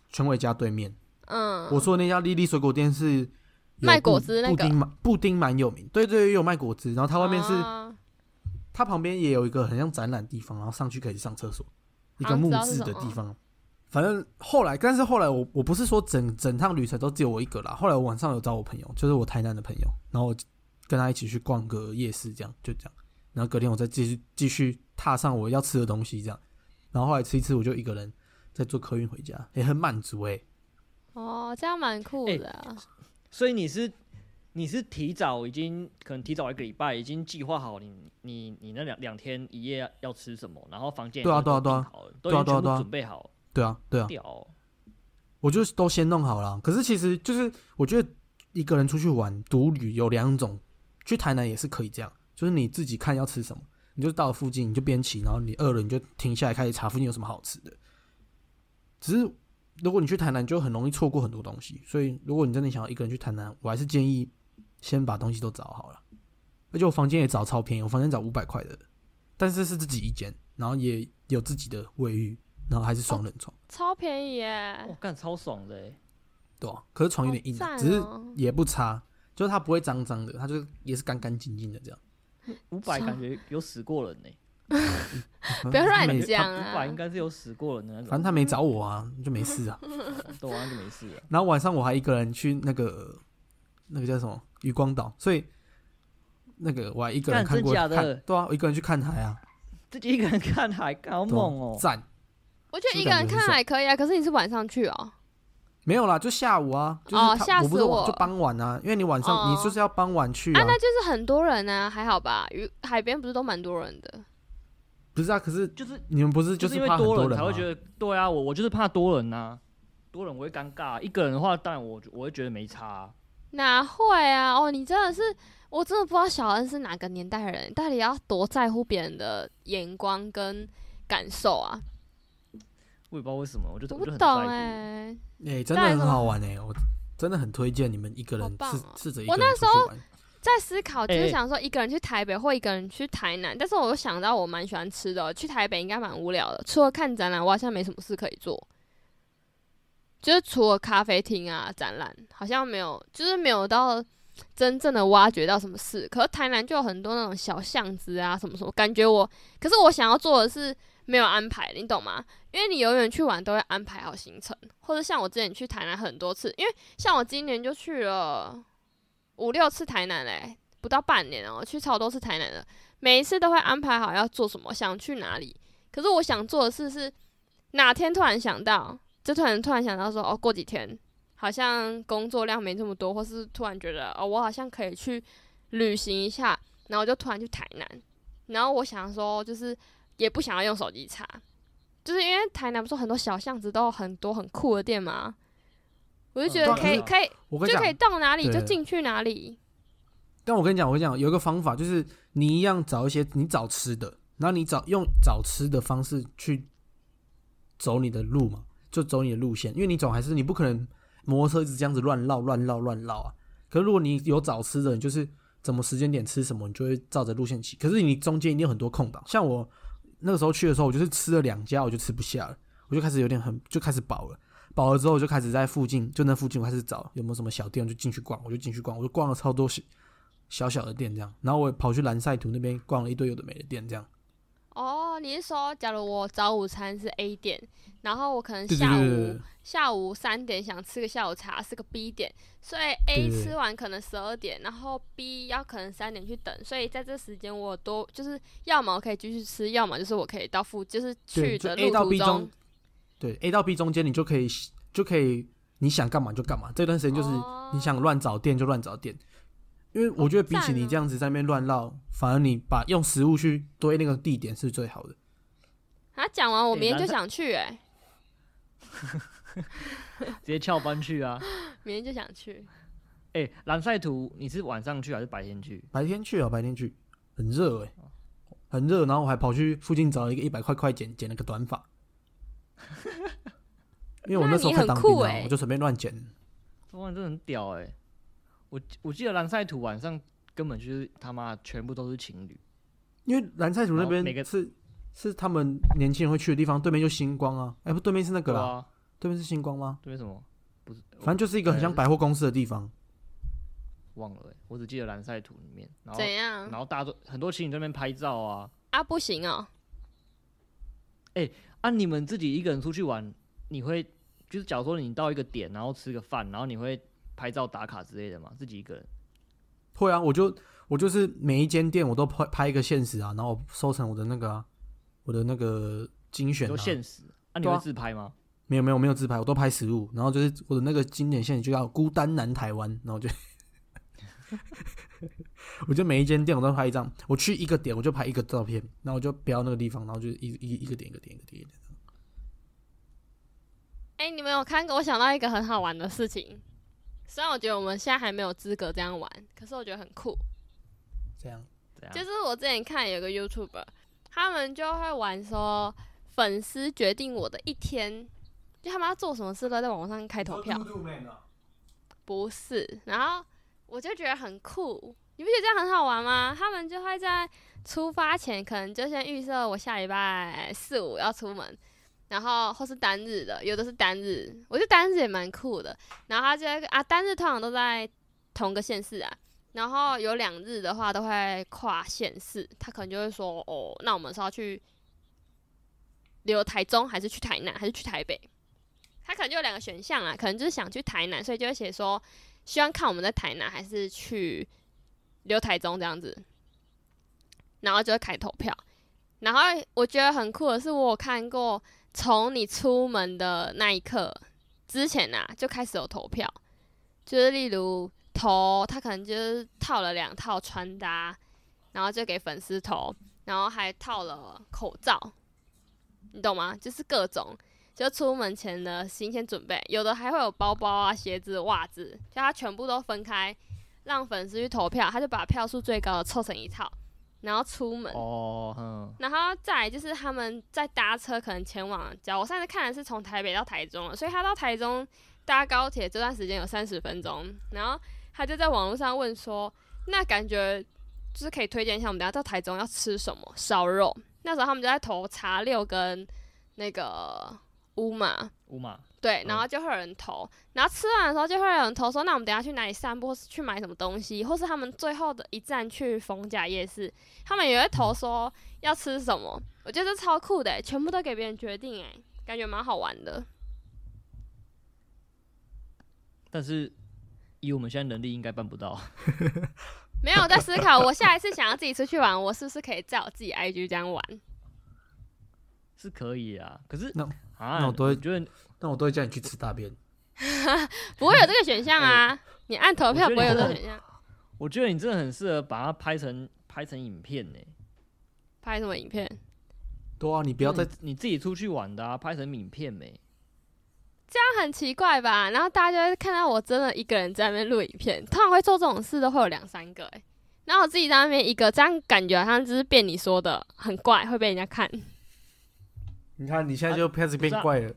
S1: 全伟家对面。
S2: 嗯，
S1: 我说的那家丽丽水果店是有
S2: 卖
S1: 布
S2: 果汁那个
S1: 布丁蛮布丁蛮有名，对对，也有卖果汁。然后它外面是，
S2: 啊
S1: 它旁边也有一个很像展览地方，然后上去可以上厕所，一个
S2: 啊
S1: 木
S2: 知道是
S1: 质
S2: 什
S1: 的
S2: 么
S1: 地方。反正后来，但是后来我我不是说整整趟旅程都只有我一个啦。后来我晚上有找我朋友，就是我台南的朋友，然后我跟他一起去逛个夜市，这样就这样。然后隔天我再继续继续踏上我要吃的东西，这样。然后后来吃一吃，我就一个人在坐客运回家，也、很满足欸诶、
S2: 哦，这样蛮酷的
S1: 哎
S2: 啊、
S3: 所以你是你是提早已经可能提早一个礼拜已经计划好你你你那两两天一夜要吃什么，然后房间也
S1: 对啊
S3: 都
S1: 对啊
S3: 订好了，都已
S1: 对啊对啊对
S3: 经全部
S1: 啊
S3: 准备好，
S1: 对啊，对啊。
S3: 屌哦，
S1: 我就都先弄好了。可是其实就是我觉得一个人出去玩独旅有两种，去台南也是可以这样，就是你自己看要吃什么，你就到附近你就边骑，然后你饿了你就停下来开始查附近有什么好吃的。只是如果你去台南，就很容易错过很多东西。所以如果你真的想要一个人去台南，我还是建议先把东西都找好了。而且我房间也找超便宜，我房间找五百块的，但是是自己一间，然后也有自己的卫浴，然后还是双人床，
S2: 超便宜耶、
S3: 我干超爽的欸，
S1: 对啊？可是哦床有点硬、
S2: 好
S1: 啊，
S2: 赞
S1: 只是
S2: 哦
S1: 也不差，就是它不会脏脏的，它就是也是干干净净的这样。
S3: 五百
S2: 超
S3: 感觉有死过人呢，欸
S1: 嗯
S2: 不要乱
S1: 没
S2: 讲
S3: 五百应
S2: 啊！
S3: 该是有死过人的那种，
S1: 嗯反正他没找我啊，就没事啊。
S3: 对啊，就没事了。
S1: 然后晚上我还一个人去那个那个叫什么渔光岛，所以那个我还一个人
S3: 干
S1: 看过
S3: 真假的
S1: 看，对啊，我一个人去看海啊，
S3: 自己一个人看海，干好
S1: 对啊
S3: 猛哦、
S1: 赞、
S2: 我觉得一个人看还可以啊，可是你是晚上去哦，
S1: 没有啦，就下午啊，就是
S2: 哦
S1: 他
S2: 吓
S1: 我不
S2: 死
S1: 是
S2: 我
S1: 就傍晚啊，因为你晚上、
S2: 哦
S1: 你就是要傍晚去
S3: 啊
S2: 啊啊，那就是很多人啊，还好吧？鱼海边不是都蛮多人的，
S1: 不是啊，可是
S3: 就是
S1: 你们不是
S3: 就是因为
S1: 怕很
S3: 多
S1: 多人啊
S3: 才会
S1: 吗
S3: 觉得，对啊，我我就是怕多人呐、多人我会尴尬，一个人的话，当然我我会觉得没差啊、
S2: 哪会啊？哦，你真的是，我真的不知道小恩是哪个年代的人，到底要多在乎别人的眼光跟感受啊？
S3: 我也不知道为什么，我就
S2: 我
S3: 我
S2: 不
S3: 就很在
S2: 懂
S3: 乎。
S2: 哎、
S1: 哎、真的
S2: 带
S1: 很
S2: 什么
S1: 好玩哎、我真的很推荐你们一个人
S2: 好棒
S1: 试
S2: 哦
S1: 试着一
S2: 我
S1: 个
S2: 那
S1: 人
S2: 时
S1: 出
S2: 候
S1: 去玩。
S2: 在思考，就
S3: 哎
S2: 是
S3: 哎
S2: 想说一个人去台北或一个人去台南，但是我又想到我蛮喜欢吃的，去台北应该蛮无聊的，除了看展览，我好像没什么事可以做，就是除了咖啡厅啊展览，好像没有，就是没有到真正的挖掘到什么事。可是台南就有很多那种小巷子啊什么什么，感觉我，可是我想要做的是没有安排，你懂吗？因为你永远去玩都会安排好行程，或者像我之前去台南很多次，因为像我今年就去了。五六次台南嘞、不到半年哦、去超多次台南的，每一次都会安排好要做什么，想去哪里。可是我想做的事是，哪天突然想到，就突然突然想到说，哦，过几天好像工作量没这么多，或是突然觉得，哦，我好像可以去旅行一下，然后我就突然去台南。然后我想说，就是也不想要用手机查，就是因为台南不是很多小巷子都有很多很酷的店吗？我就觉
S1: 嗯
S2: 得可以，
S3: 对啊
S2: 可以
S1: 我跟你
S2: 就
S1: 讲
S2: 可，以到哪里就
S1: 对
S2: 进去哪里。
S1: 但我跟你讲，我跟你讲，有一个方法就是你一样找一些你找吃的，然后你找用找吃的方式去走你的路嘛，就走你的路线，因为你总还是你不可能摩托车一直这样子乱绕乱绕乱绕啊。可是如果你有找吃的，你就是怎么时间点吃什么，你就会照着路线骑。可是你中间一定有很多空档，像我那个时候去的时候，我就是吃了两家，我就吃不下了，我就开始有点很就开始饱了。饱了之后，我就开始在附近，就那附近，我开始找有没有什么小店，我就进去逛，我就进去逛，我就逛了超多小小小的店这样，然后我也跑去蓝赛图那边逛了一堆有的没的店这样。
S2: 哦，你是说，假如我早午餐是 A 点，然后我可能
S1: 对对
S2: 下午
S1: 对对对，
S2: 下午三点想吃个下午茶，是个 B 点，所以
S1: 对
S2: A
S1: 对对
S2: 吃完可能十二点，然后 B 要可能三点去等，所以在这时间我都就是要么我可以继续吃，要么就是我可以到附就是
S1: 对，
S2: 去
S1: 就
S2: 的
S1: A
S2: 路
S1: 到
S2: 途
S1: B
S2: 中
S1: 中，，对 A 到 B 中间你就可以就可以你想干嘛就干嘛，这段时间就是
S2: 哦
S1: 你想乱找店就乱找店，因为我觉得比起
S2: 哦
S1: 你这样子在那边乱绕，反而你把用食物去堆那个地点是最好的。
S2: 他啊讲完我
S3: 诶
S2: 明天就
S3: 蓝色
S2: 想去、欸，
S3: 直接翘班去啊！
S2: 明天就想去。
S3: 哎、蓝赛图你是晚上去还是白天去？
S1: 白天去啊，白天去，很热诶、很热，然后我还跑去附近找了一个一百块快剪，剪了个短发。 因为我
S2: 那
S1: 那时候
S2: 你
S1: 快
S2: 很
S1: 当
S2: 酷
S1: 兵了、
S2: 欸
S1: 我就随便乱剪，
S3: 这玩意真的很屌哎、我我记得蓝赛图晚上根本就是他妈全部都是情侣，
S1: 因为蓝菜图那
S3: 然后每
S1: 边
S3: 个
S1: 是是他们年轻人会去的地方，对面就星光啊，哎、不，对面是那个
S3: 对
S1: 啦，
S3: 啊，
S1: 对面是星光吗？
S3: 这边什么不是？
S1: 反正就是一个很像
S3: 对
S1: 百货公司的地方。
S3: 我忘了哎、我只记得蓝赛图里面，然后
S2: 怎样
S3: 然后大家都很多情侣在那边拍照啊
S2: 啊？不行哦、
S3: 啊！你们自己一个人出去玩，你会就是假如说你到一个点，然后吃个饭，然后你会拍照打卡之类的吗？自己一个人？
S1: 会啊，我就我就是每一间店我都拍拍一个现实啊，然后我收成我的那个啊，我的那个精
S3: 你
S1: 选
S3: 说
S1: 啊，
S3: 现实啊？你
S1: 对啊
S3: 会自拍吗？
S1: 没有没有没有自拍，我都拍实物，然后就是我的那个经典线就叫孤单南台湾，然后就， 我就每一间店我都拍一张，我去一个点我就拍一个照片，然后我就标那个地方，然后就一一一个点一个点一个点一个点，
S2: 哎、你们有看过？我想到一个很好玩的事情，虽然我觉得我们现在还没有资格这样玩，可是我觉得很酷。
S1: 这样
S3: 怎样？
S2: 就是我之前看有个 YouTuber，他们就会玩说粉丝决定我的一天，就他们要做什么事都在网上开投票，不是？然后我就觉得很酷，你不觉得这样很好玩吗？他们就会在出发前可能就先预设我下礼拜四五要出门。然后或是单日的，有的是单日，我觉得单日也蛮酷的。然后他就会啊，单日通常都在同个县市啊，然后有两日的话都会跨县市，他可能就会说哦，那我们是要去留台中，还是去台南，还是去台北？他可能就有两个选项啊，可能就是想去台南，所以就会写说希望看我们在台南，还是去留台中这样子，然后就会开投票。然后我觉得很酷的是，我有看过从你出门的那一刻之前啊，就开始有投票，就是例如投，他可能就是套了两套穿搭，然后就给粉丝投，然后还套了口罩，你懂吗？就是各种，就出门前的行前准备，有的还会有包包啊、鞋子、袜子，就他全部都分开，让粉丝去投票，他就把票数最高的凑成一套，然后出门。
S3: 哦，嗯，
S2: 然后再来就是他们在搭车，可能前往家。我上次看的是从台北到台中了，所以他到台中搭高铁这段时间有三十分钟。然后他就在网络上问说：“那感觉就是可以推荐一下我们等下到台中要吃什么烧肉？”那时候他们就在投茶六跟那个乌马，
S3: 五马，
S2: 对，
S3: 嗯
S2: 然后就会有人投，然后吃完的时候就会有人投说，那我们等一下去哪里散步，或是去买什么东西，或是他们最后的一站去逢甲夜市，他们也会
S3: 嗯
S2: 投说要吃什么，我觉得这超酷的欸，全部都给别人决定，哎，感觉蛮好玩的。
S3: 但是以我们现在能力应该办不到。
S2: 没有我在思考，我下一次想要自己出去玩，我是不是可以在我自己 IG 这样玩？
S3: 是可以啊，可是
S1: 那
S3: 啊，
S1: 那我都会
S3: 觉得
S1: 但我都会叫你去吃大便。
S2: 不会有这个选项啊，你按投票
S3: 哎我觉得
S2: 不会有
S3: 你
S2: 这
S3: 好
S2: 个选项，
S3: 我觉得你真的很适合把它拍成拍成影片呢、
S2: 拍什么影片？
S1: 对啊，你不
S3: 不
S1: 要再
S3: 你自己出去玩的啊，拍成影片没、
S2: 那很奇怪吧？然后大家就会看到我真的一个人在那边录影片，通常会做这种事都会有两三个哎、然后我自己在那边一个，这样感觉好像就是变你说的很怪，会被人家看。
S1: 你看，你现在就开始变怪了。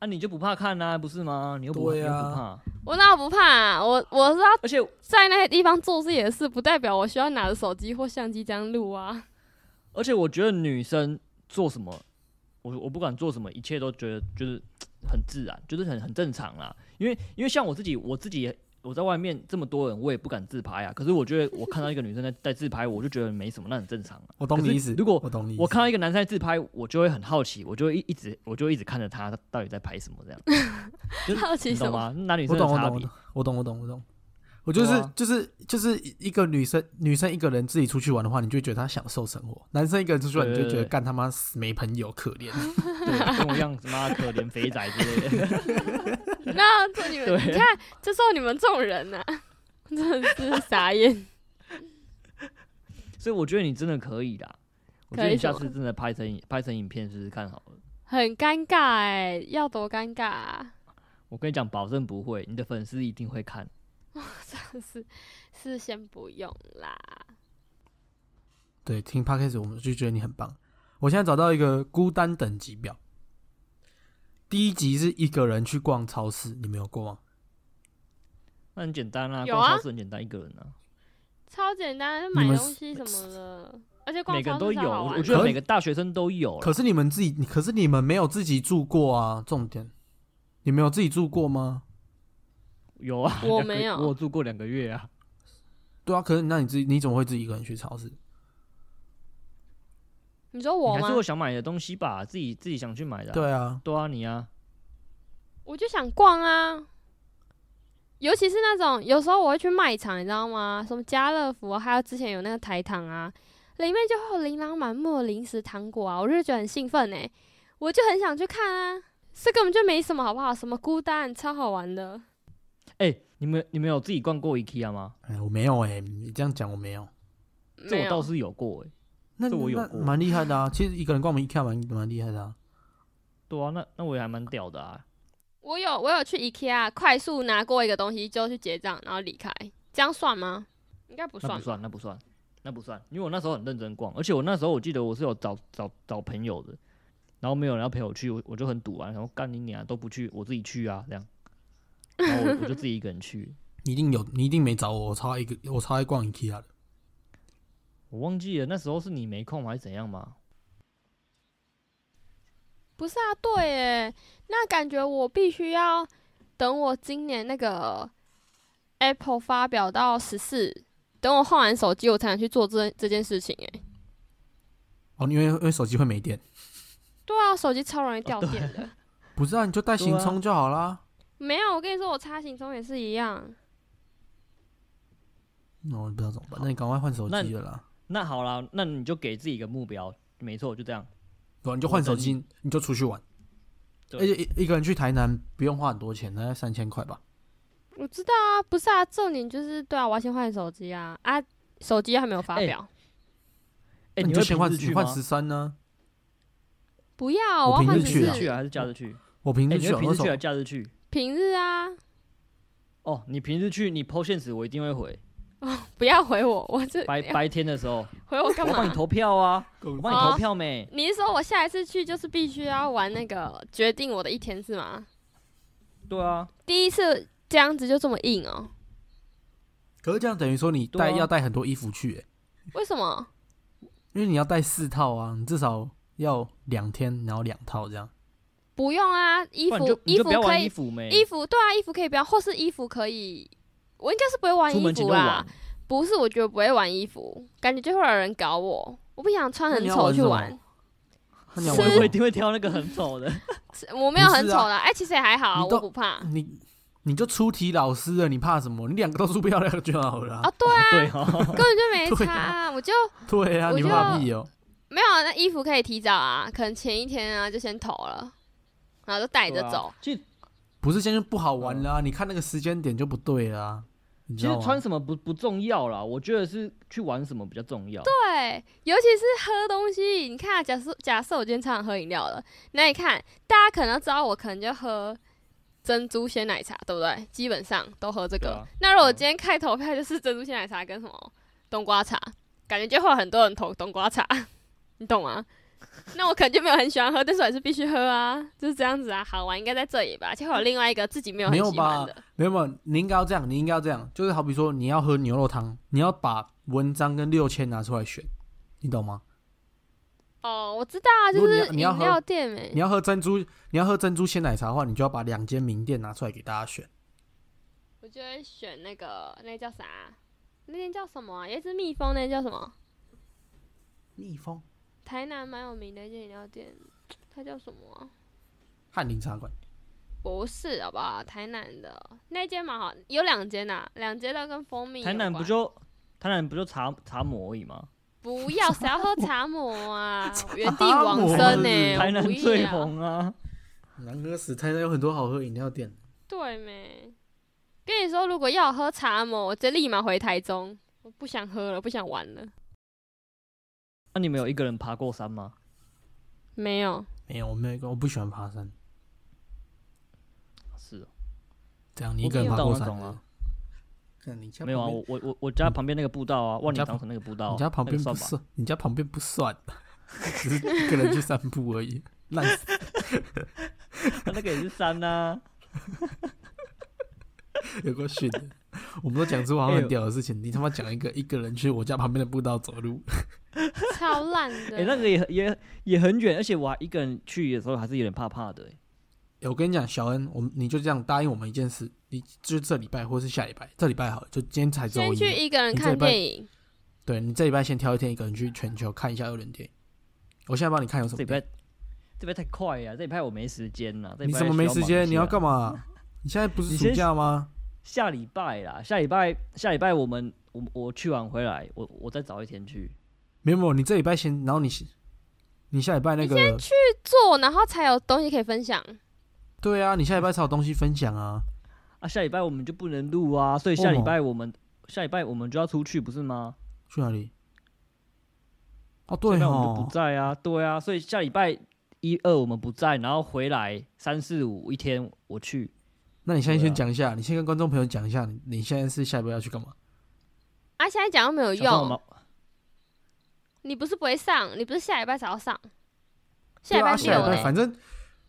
S3: 啊，你就不怕看啊，不是吗？你又不，
S1: 对啊
S3: 你又不怕，
S2: 我哪有不怕、啊？我我是要
S3: 而且
S2: 在那些地方做自己的事，不代表我需要拿着手机或相机这样录啊。
S3: 而且我觉得女生做什么，我我不管做什么，一切都觉得就是很自然，就是很很正常啦。因为因为像我自己，我自己也我在外面这么多人，我也不敢自拍啊。可是我觉得我看到一个女生在 在自拍，我就觉得没什么，那很正常啊。
S1: 我懂你意
S3: 可
S1: 思
S3: 是。如果
S1: 我懂你意思，
S3: 我看到一个男生在自拍，我就会很好奇，我就会一一直我就会一直看着他他到底在拍什么这 样，就是
S2: 好奇
S3: 你
S2: 什
S3: 懂
S2: 么？
S3: 吗？男
S1: 我
S3: 女生的
S1: 懂，我
S3: 差
S1: 懂，我
S3: 别
S1: 懂，我懂，我懂，我懂。我就是、
S3: 对啊
S1: 就是就是一个女生女生一个人自己出去玩的话，你就觉得她享受生活；男生一个人出去玩，你就
S3: 对
S1: 觉得
S3: 对对
S1: 干他妈死没朋友，可 怜。
S3: 对，跟我一样什么啊可怜肥仔之类 的。
S2: 那这你们
S3: 对
S2: 你看，这时候你们这种人呐、 真的是傻眼。
S3: 所以我觉得你真的可以啦，我觉得
S2: 可以
S3: 你下
S2: 什
S3: 次真的拍成拍成影片试试看好了。
S2: 很尴尬哎、要多尴尬啊！
S3: 我跟你讲，保证不会，你的粉丝一定会看。
S2: 真的是是先不用啦。
S1: 对，听 podcast 我们就觉得你很棒。我现在找到一个孤单等级表，第一集是一个人去逛超市，你没有过吗？
S3: 那很简单啊，
S2: 有
S3: 逛
S2: 啊
S3: 超市很简单，一个人啊，
S2: 超简单，就买
S1: 你们
S2: 东西什么的，而且逛
S3: 每个人
S2: 超
S3: 都
S2: 市
S3: 有。
S2: 超好
S3: 我
S2: 玩
S3: 我觉得
S1: 可
S3: 每个大学生都有啦。
S1: 可是你们自己，可是你们没有自己住过啊。重点，你们有自己住过吗？
S3: 有啊，
S2: 我
S3: 两个
S2: 没有
S3: 我住过两个月啊。
S1: 对啊，可是那你自己你怎么会自己一个人去超市？
S2: 你说
S3: 你
S2: 我
S3: 还
S2: 吗
S3: 是？会想买的东西吧，自己自己想去买的、啊。
S1: 对啊，
S3: 对啊，你啊，
S2: 我就想逛啊，尤其是那种有时候我会去卖场，你知道吗？什么家乐福啊、还有之前有那个台糖啊，里面就会有琳琅满目的零食糖果啊，我就觉得很兴奋哎、我就很想去看啊。这根本就没什么好不好？什么孤单，超好玩的。
S3: 哎、你们你们有自己逛过 IKEA 吗？
S1: 哎，我没有哎、你这样讲我没有。
S3: 这
S2: 没
S3: 我
S2: 有
S3: 倒是有过哎、
S1: 那
S3: 这我有
S1: 那
S3: 过
S1: 蛮厉害的啊。其实一个人逛门一看蛮蛮厉害的啊。
S3: 对啊，那那我也还蛮屌的啊。
S2: 我有我有去 IKEA 快速拿过一个东西就去结账，然后离开，这样算吗？应该不
S3: 那
S2: 算
S3: 不
S2: 吧。
S3: 算，那不算，那不算，因为我那时候很认真逛，而且我那时候我记得我是有找找找朋友的，然后没有人要陪我去，我我就很堵啊，然后干你娘都不去，我自己去啊这样，然后我我就自己一个人去，
S1: 你一定有，你一定没找我，我超爱一个，我超爱逛 IKEA 的。
S3: 我忘记了那时候是你没空还是怎样嘛？
S2: 不是啊，对耶，那感觉我必须要等我今年那个 Apple 发表到十四，等我换完手机，我才能去做这这件事情。哎，
S1: 哦，因为因为手机会没电。
S2: 对啊，手机超容易掉电的。
S1: 不是啊，你就带行充就好啦。
S2: 没有，我跟你说，我插行充也是一样。
S1: 那、哦我不知道怎么办，那你赶快换手
S3: 那
S1: 机
S3: 你
S1: 了啦。
S3: 那好啦，那你就给自己一个目标，没错，就这样。
S1: 对啊、你就换手机，你就出去玩。
S3: 对
S1: 而且一一个人去台南不用花很多钱，大概三千块吧。
S2: 我知道啊，不是啊，重点就是对啊，我要先换手机啊啊，手机还没有发
S3: 哎
S2: 表。
S1: 那
S3: 哎，
S1: 你
S3: 会
S1: 就先换
S3: 平日去
S1: 换
S3: 吗？
S1: 十三呢？
S2: 不要，
S1: 我
S2: 要
S1: 平
S2: 换
S1: 日
S2: 平
S1: 去
S3: 平
S1: 啊
S3: 日去啊，还是假日去？
S1: 我平
S3: 哎，
S1: 时
S3: 你
S1: 去啊，
S3: 会平
S1: 我
S3: 日去
S1: 手
S3: 还是假日去？
S2: 平日啊，
S3: 哦，你平日去，你 PO 现实我一定会回。
S2: 不要回我，我这
S3: 白白天的时候，
S2: 回我呃干
S3: 我帮你
S2: 嘛？
S3: 投票啊，我帮你
S2: 哦
S3: 投票没？
S2: 你是说我下一次去就是必须要玩那个决定我的一天是吗？
S3: 对啊，
S2: 第一次这样子就这么硬哦、
S1: 可是这样等于说你
S3: 对啊
S1: 带要带很多衣服去、欸，
S2: 为什么？
S1: 因为你要带四套啊，你至少要两天，然后两套这样。
S2: 不用啊，衣
S3: 不然你就
S2: 服
S3: 你就
S2: 服
S3: 不要
S2: 可
S3: 玩衣
S2: 以，
S3: 服欸没？
S2: 衣服对啊，衣服可以不要，或是衣服可以，我应该是不会玩
S3: 出
S2: 啊衣
S3: 门前
S2: 服
S3: 就
S2: 啦
S3: 玩。。
S2: 不是，我觉得不会玩衣服，感觉就会有人搞我，我不想穿
S1: 那
S2: 很
S1: 你要
S2: 丑
S1: 玩
S2: 去
S1: 什么
S2: 玩。
S1: 那 你要
S2: 吃
S1: 玩
S3: 我
S1: 什
S3: 我
S1: 么
S3: 一定会挑那个很丑的。
S2: 啊我没有
S1: 不
S2: 很
S1: 是
S2: 丑
S1: 啊
S2: 啦，哎、其实也还好啊，
S1: 你
S2: 我
S1: 都
S2: 不 怕。
S1: 你你就出题老师了，你怕什么？你两个都出不了两个就好了、啊。
S2: 啊，对啊，
S3: 对哦，
S2: 根本就没
S1: 对
S2: 差、
S1: 啊
S2: 啊，我就
S1: 对啊，
S2: 我
S1: 你
S2: 就
S1: 怕屁哦、
S2: 没有啊那衣服可以提早啊，可能前一天啊就先投了，然后就带着
S3: 对啊
S2: 走。。
S3: 其实
S1: 不是现在就不好玩了啊、你看那个时间点就不对了、啊，你
S3: 其
S1: 知
S3: 实
S1: 道吗
S3: 穿？什么不不重要啦，我觉得是去玩什么比较重要。对，
S2: 对，尤其是喝东西，你看、啊，假设假设我今天常常喝饮料了，那你看，大家可能知道我可能就喝珍珠鲜奶茶，对不对？基本上都喝这
S3: 对
S2: 个。
S3: 啊
S2: 那如果今天开投票就是珍珠鲜奶茶跟什么冬瓜茶， 感觉就会有很多人投冬瓜茶， 你懂吗？那我可能就没有很喜欢喝，但是我还是必须喝啊，就是这样子啊。好玩应该在这里吧，而且会有另外一个自己没有很
S1: 没有
S2: 喜欢
S1: 吧
S2: 的。
S1: 没有没有，你应该要这样，你应该要这样，就是好比说你要喝牛肉汤，你要把文章跟六千拿出来选，你懂吗？
S2: 哦，我知道啊，
S1: 如
S2: 就
S1: 果你
S2: 是
S1: 要
S2: 饮
S1: 你要喝
S2: 料店欸没、
S1: 你要喝珍珠，你要喝珍珠鲜奶茶的话，你就要把两间名店拿出来给大家选。
S2: 我就会选那个那叫啥啊，那间叫什么啊？有一只蜜蜂，那叫什么？
S1: 蜜蜂
S2: 台南蛮有名的一间饮料店，它叫什么啊、
S1: 翰林茶馆，
S2: 不是，好不好？台南的那间蛮好，有两间呐，两间都跟蜂蜜有
S3: 台南不
S2: 关
S3: 就台南不就茶茶魔而已吗？
S2: 不要，谁要喝茶魔啊？原地
S1: 茶
S2: 往
S1: 魔
S2: 生
S1: 是
S2: 呢、 我
S3: 台
S2: 哎
S3: 南
S2: 不
S3: 最
S2: 要
S3: 红啊，
S1: 难喝死！台南有很多好喝饮料店，
S2: 对没？跟你说，如果要我喝茶魔，我就立马回台中。我不想喝了，不想玩了。
S3: 那你们有一个人爬过山吗？
S2: 没有，
S1: 没有，我没有一个，我不喜欢爬山。
S3: 是哦，
S1: 这样你一个人
S2: 我
S1: 爬
S3: 听
S1: 过
S3: 不懂
S1: 山
S3: 那种啊？
S1: 看你家
S3: 没有啊，
S1: 旁边
S3: 我我我我家旁边那个步道啊，万里
S1: 家
S3: 长城那个步道，
S1: 你家旁
S3: 那个
S1: 边不
S3: 算吧？
S1: 算，你家旁边不算， 只是一个人去散步而已。烂死，
S3: 那个也是山啊 呐。
S1: 有个训的。我们都讲出好像
S3: 哎呦
S1: 很屌的事情，你他妈讲一个一个人去我家旁边的步道走路，
S2: 超烂的。
S3: 哎，那个也很也也很远，而且我还一个人去的时候还是有点怕怕的欸。
S1: 欸我跟你讲，小恩，我们你就这样答应我们一件事，你就这礼拜或是下礼拜，这礼拜好了，就今天才周
S2: 先
S1: 一
S2: 去
S1: 嘛，
S2: 一个人
S1: 你这
S2: 看
S1: 礼拜
S2: 电影，
S1: 对你这礼拜先挑一天一个人去全球看一下二轮电影。我现在帮你看有什
S3: 这
S1: 么
S3: 礼
S1: 电
S3: 拜
S1: 影？
S3: 这礼拜太快啊呀，这礼拜我没时间呐。这
S1: 你
S3: 礼拜
S1: 怎么
S3: 需
S1: 没
S3: 要
S1: 时
S3: 忙一
S1: 间？你要
S3: 下
S1: 干嘛？你现在不是
S3: 你
S1: 暑
S3: 先
S1: 假吗？
S3: 下礼拜啦，下礼拜下礼拜我们我我去完回来，我我再找一天去。
S1: 没有没有，你这礼拜先，然后你你下礼拜那个，
S2: 做然后才有东西可以分享。
S1: 对啊，你下礼拜才有东西分享啊。
S3: 啊，下礼拜我们就不能录啊，所以下礼拜我们下礼拜我们就要出去，不是吗？
S1: 去哪里？哦，
S3: 下
S1: 对
S3: 礼拜我们就
S1: 哦
S3: 不，在啊，对啊，所以下礼拜一二我们不在，然后回来三四五一天我去。
S1: 那你现在
S3: 对
S1: 先
S3: 啊
S1: 讲一下，你先跟观众朋友讲一下，你你现在是下礼拜要去干嘛？
S2: 啊，现在讲又没有
S3: 想说我
S2: 用
S3: 们，
S2: 你不是不会上，你不是下礼拜才要上，
S1: 对
S2: 下礼
S1: 啊，
S2: 拜
S1: 下礼
S2: 六
S1: 拜
S2: 嘞、
S1: 反正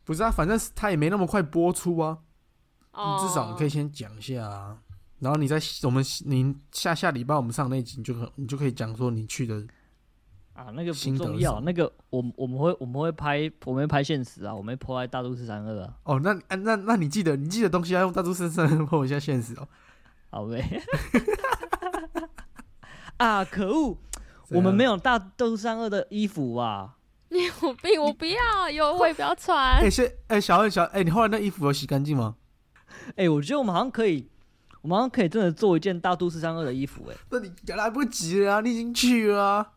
S1: 不是啊，反正他也没那么快播出啊。
S2: 哦，
S1: 你至少你可以先讲一下啊，然后你在我们你下下礼拜我们上那一集，你就可你就可以讲说你去的。
S3: 啊，那个不
S1: 心得
S3: 重
S1: 是什
S3: 要，
S1: 么
S3: 那个我们我们会我们会拍我们会拍现实啊，我们会拍在大都市三二啊，
S1: 哦，那啊那那你记得你记得东西要用大猪身上破一下现实哦。
S3: 好呗。 啊，可恶，我们没
S1: 有。啊
S3: 有大都市三二的衣服啊。
S2: 你有病， 我不要，有我也不要穿
S1: 哎、。先哎、小恩小哎、你后来那衣服有洗干净吗？
S3: 哎、我觉得我们好像可以，我们好像可以真的做一件大都市三二的衣服、哎，
S1: 那你来不及了啊，你已经去了啊。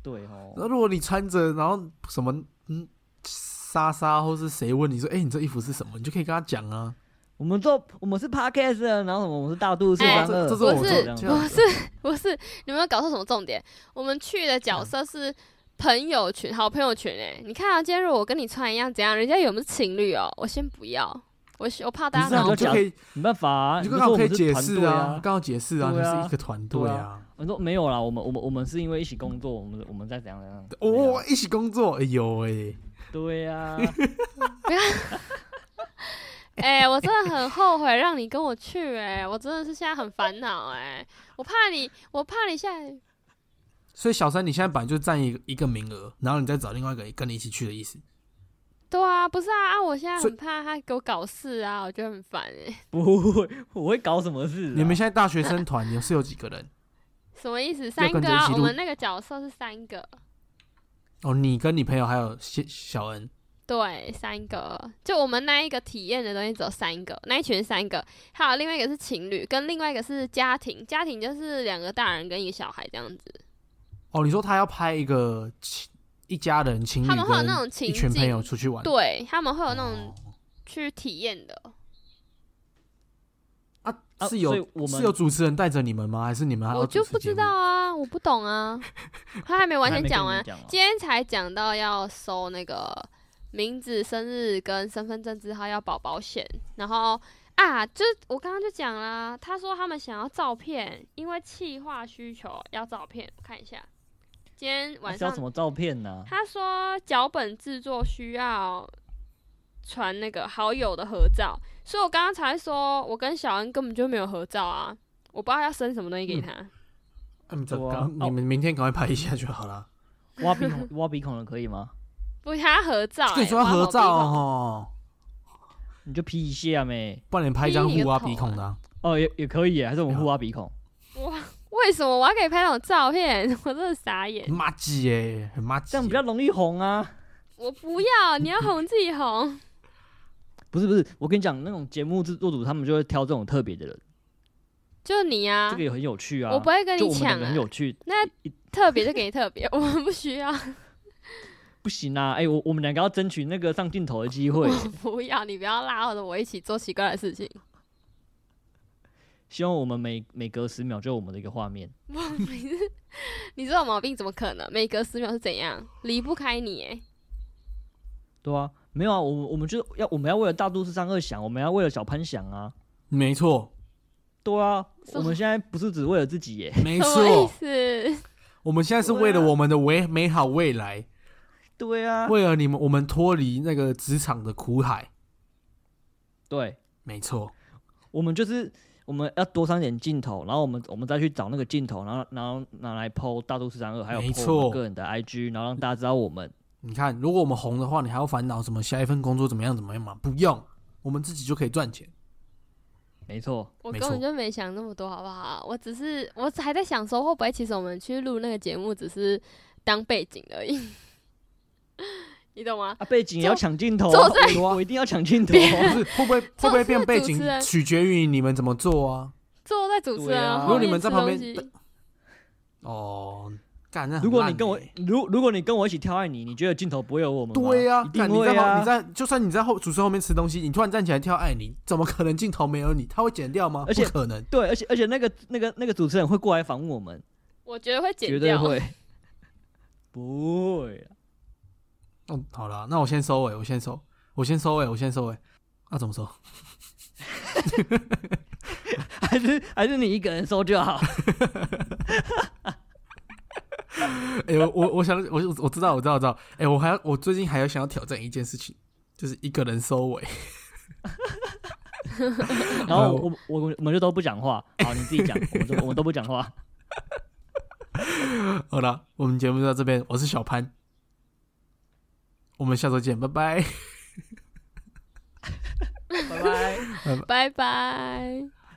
S3: 对
S1: 然
S3: 哦，
S1: 后如果你穿着，然后什么嗯，莎莎或是谁问你说，哎、你这衣服是什么，你就可以跟他讲啊。
S3: 我们做我们是 podcast，然后什么我们是大肚子
S2: 哎
S3: 三二，
S1: 这这是
S2: 我
S1: 我
S2: 是
S1: 做
S2: 我是不是，你们有搞错什么重点？我们去的角色是朋友群，好朋友群哎、你看啊，今天如果我跟你穿一样怎样，人家有没有情侣哦、我先不要，我先我怕大家
S3: 不是啊
S1: 那你
S2: 脑
S3: 就
S1: 就
S3: 讲
S1: 可以，
S3: 没办法、啊，
S1: 你就刚
S3: 你说
S1: 好
S3: 我
S1: 可以
S3: 们是
S1: 解
S3: 团
S1: 释
S3: 队
S1: 啊，
S3: 啊。
S1: 刚好解释啊，你
S3: 对啊
S1: 是一个团队啊。
S3: 我说没有啦，我们我们我们是因为一起工作，我们我们在怎样怎样。
S1: 哦，一起工作，哎呦哎，
S3: 对啊 呀、
S2: 哎、我真的很后悔让你跟我去哎、我真的是现在很烦恼哎，我怕你，我怕你现在
S1: 所以小三你现在本来就占一个一个名额，然后你再找另外一个跟你一起去的意思。
S2: 对啊，不是啊，啊我现在
S1: 所以
S2: 很怕他给我搞事啊，我觉得很烦哎、
S3: 不会，我会搞什么事、啊？
S1: 你们现在大学生团你们是有几个人？
S2: 什么意思？
S1: 跟
S2: 三个
S1: 着一
S2: 啊，
S1: 起
S2: 我
S1: 录
S2: 们那个角色是三个，
S1: 哦，你跟你朋友还有小小恩，
S2: 对，三个，就我们那一个体验的东西只有三个，那一群三个，还有另外一个是情侣，跟另外一个是家庭，家庭就是两个大人跟一个小孩这样子，
S1: 哦，你说他要拍一个情一家人情侣
S2: 他们会有
S1: 嗯
S2: 那
S1: 跟
S2: 种情
S1: 一群朋友
S2: 境，
S1: 出去玩，
S2: 对他们会有那种
S1: 哦
S2: 去体验的，
S1: 啊，
S3: 啊
S1: 是
S3: 所以
S1: 有
S3: 我们
S1: 是有主持人带着你们吗？还是你们还要
S2: 我就
S1: 主持
S2: 不
S1: 节
S2: 知
S1: 目
S2: 道啊，我不懂 啊，他还没完全讲完
S3: 还没跟你，讲啊
S2: 今天才讲到要收那个名字、生日跟身份证字号要保保险，然后啊，就是我刚刚就讲啦，他说他们想要照片，因为气化需求要照片，我看一下，今天晚
S3: 是要
S2: 上
S3: 什么照片啊呢、
S2: 他说脚本制作需要传那个好友的合照，所以我刚刚才说我跟小恩根本就没有合照啊，我不知道要生什么东西给他。
S1: 啊你这
S3: 对啊
S1: 刚
S3: 哦
S1: 你们明天赶快拍一下就好了。
S3: 挖鼻孔挖鼻孔的可以吗？
S2: 不想要合照、欸，
S1: 跟你说要
S2: 挖
S1: 合
S2: 好鼻
S1: 照
S2: 孔，
S1: 哦，
S3: 你就 P 一下没？
S1: 不然你拍一张
S2: 逼你
S1: 互
S2: 个
S1: 挖
S2: 头
S1: 鼻孔的啊。
S3: 哦，也也可以耶，还是我们互挖鼻孔？
S2: 为什么我要给你拍那种照片？ 我真的傻眼。
S1: 很垃圾耶，很垃圾耶。
S3: 这样比较容易红啊。
S2: 我不要，你要哄自己哄。
S3: 不是不是，我跟你讲，那种节目制作组他们就会挑这种特别的人，
S2: 就你啊，
S3: 这个也很有趣啊。
S2: 我不会跟
S3: 就
S2: 你
S3: 我们两
S2: 抢、
S3: 个
S2: 啊
S3: 很。有趣，
S2: 那特别就给你特 别，我们不需要。
S3: 不行啊！哎、我我们两个要争取那个上镜头的机 会，
S2: 我不要，你不要拉着我一起做奇怪的事情。
S3: 希望我们每每隔十秒就有我们的一个画面。
S2: 你这种毛病怎么可能？每隔十秒是怎样？离不开你哎、
S3: 对啊，没有啊，我们我们就要我们要为了大都市上二想，我们要为了小潘想啊。
S1: 没错，
S3: 对啊，
S2: 是
S3: 我们现在不是只为了自己耶。
S1: 没
S2: 什么意
S1: 错，
S2: 思？
S1: 我们现在是为了我们的美美好未来，
S3: 对啊，
S1: 为了你们，我们脱离那个职场的苦海。
S3: 对，
S1: 没错，
S3: 我们就是我们要多上点镜头，然后我们我们再去找那个镜头，然后然后拿来 PO 大都市三二，还有
S1: 没
S3: PO 我
S1: 错
S3: 们个人的 IG，然后让大家知道我们。
S1: 你看，如果我们红的话，你还要烦恼什么下一份工作怎么样怎么样吗？不用，我们自己就可以赚 钱。
S3: 没错，
S2: 我
S1: 没
S2: 根
S1: 错
S2: 本就没想那么多，好不好？我只是我还在想说，会不会其实我们去录那个节目只是当背景而已， 你懂吗？
S3: 啊，背景也
S2: 坐
S3: 要抢镜头啊，
S2: 坐
S3: 我我一定要抢镜头啊。
S1: 不是会不会会不会变背景
S2: 主持人，
S1: 取决于你们怎么做啊。
S2: 坐在主持
S3: 对
S2: 人、
S3: 啊
S2: 后
S1: 如果你们
S2: 面
S1: 在
S2: 吃
S1: 旁
S2: 东
S1: 边
S2: 西
S1: 哦，干那很
S3: 如果
S1: 烂
S3: 你跟我
S1: 欸
S3: 如如果你跟我一起跳爱你，你觉得镜头不会有我们吗？
S1: 对呀、
S3: 一定
S1: 干你在
S3: 会
S1: 旁
S3: 啊。
S1: 你在就算你在后主持人后面吃东西，你突然站起来跳爱你，怎么可能镜头没有你？他会剪掉吗？
S3: 而且
S1: 不可能。
S3: 对，而且而且那个那个那个主持人会过来访问我们，
S2: 我觉得会
S3: 绝
S2: 剪
S3: 对
S2: 掉。
S3: 会， 不会啊。
S1: 嗯，好了，那我先收尾，我先收，我先收尾，我先收尾。那、怎么收？
S3: 还是还是你一个人收 就好。
S1: 哎、我我我想，我我知道，我知道，我知道。哎、我还要，我最近还要想要挑战一件事情，就是一个人收尾。
S3: 然后我我我我们就都不讲话，好，你自己讲，我们都我们都不讲话。
S1: 好了，我们节目就到这边，我是小潘，我们下周见，拜拜。
S3: 拜拜。
S2: 拜拜。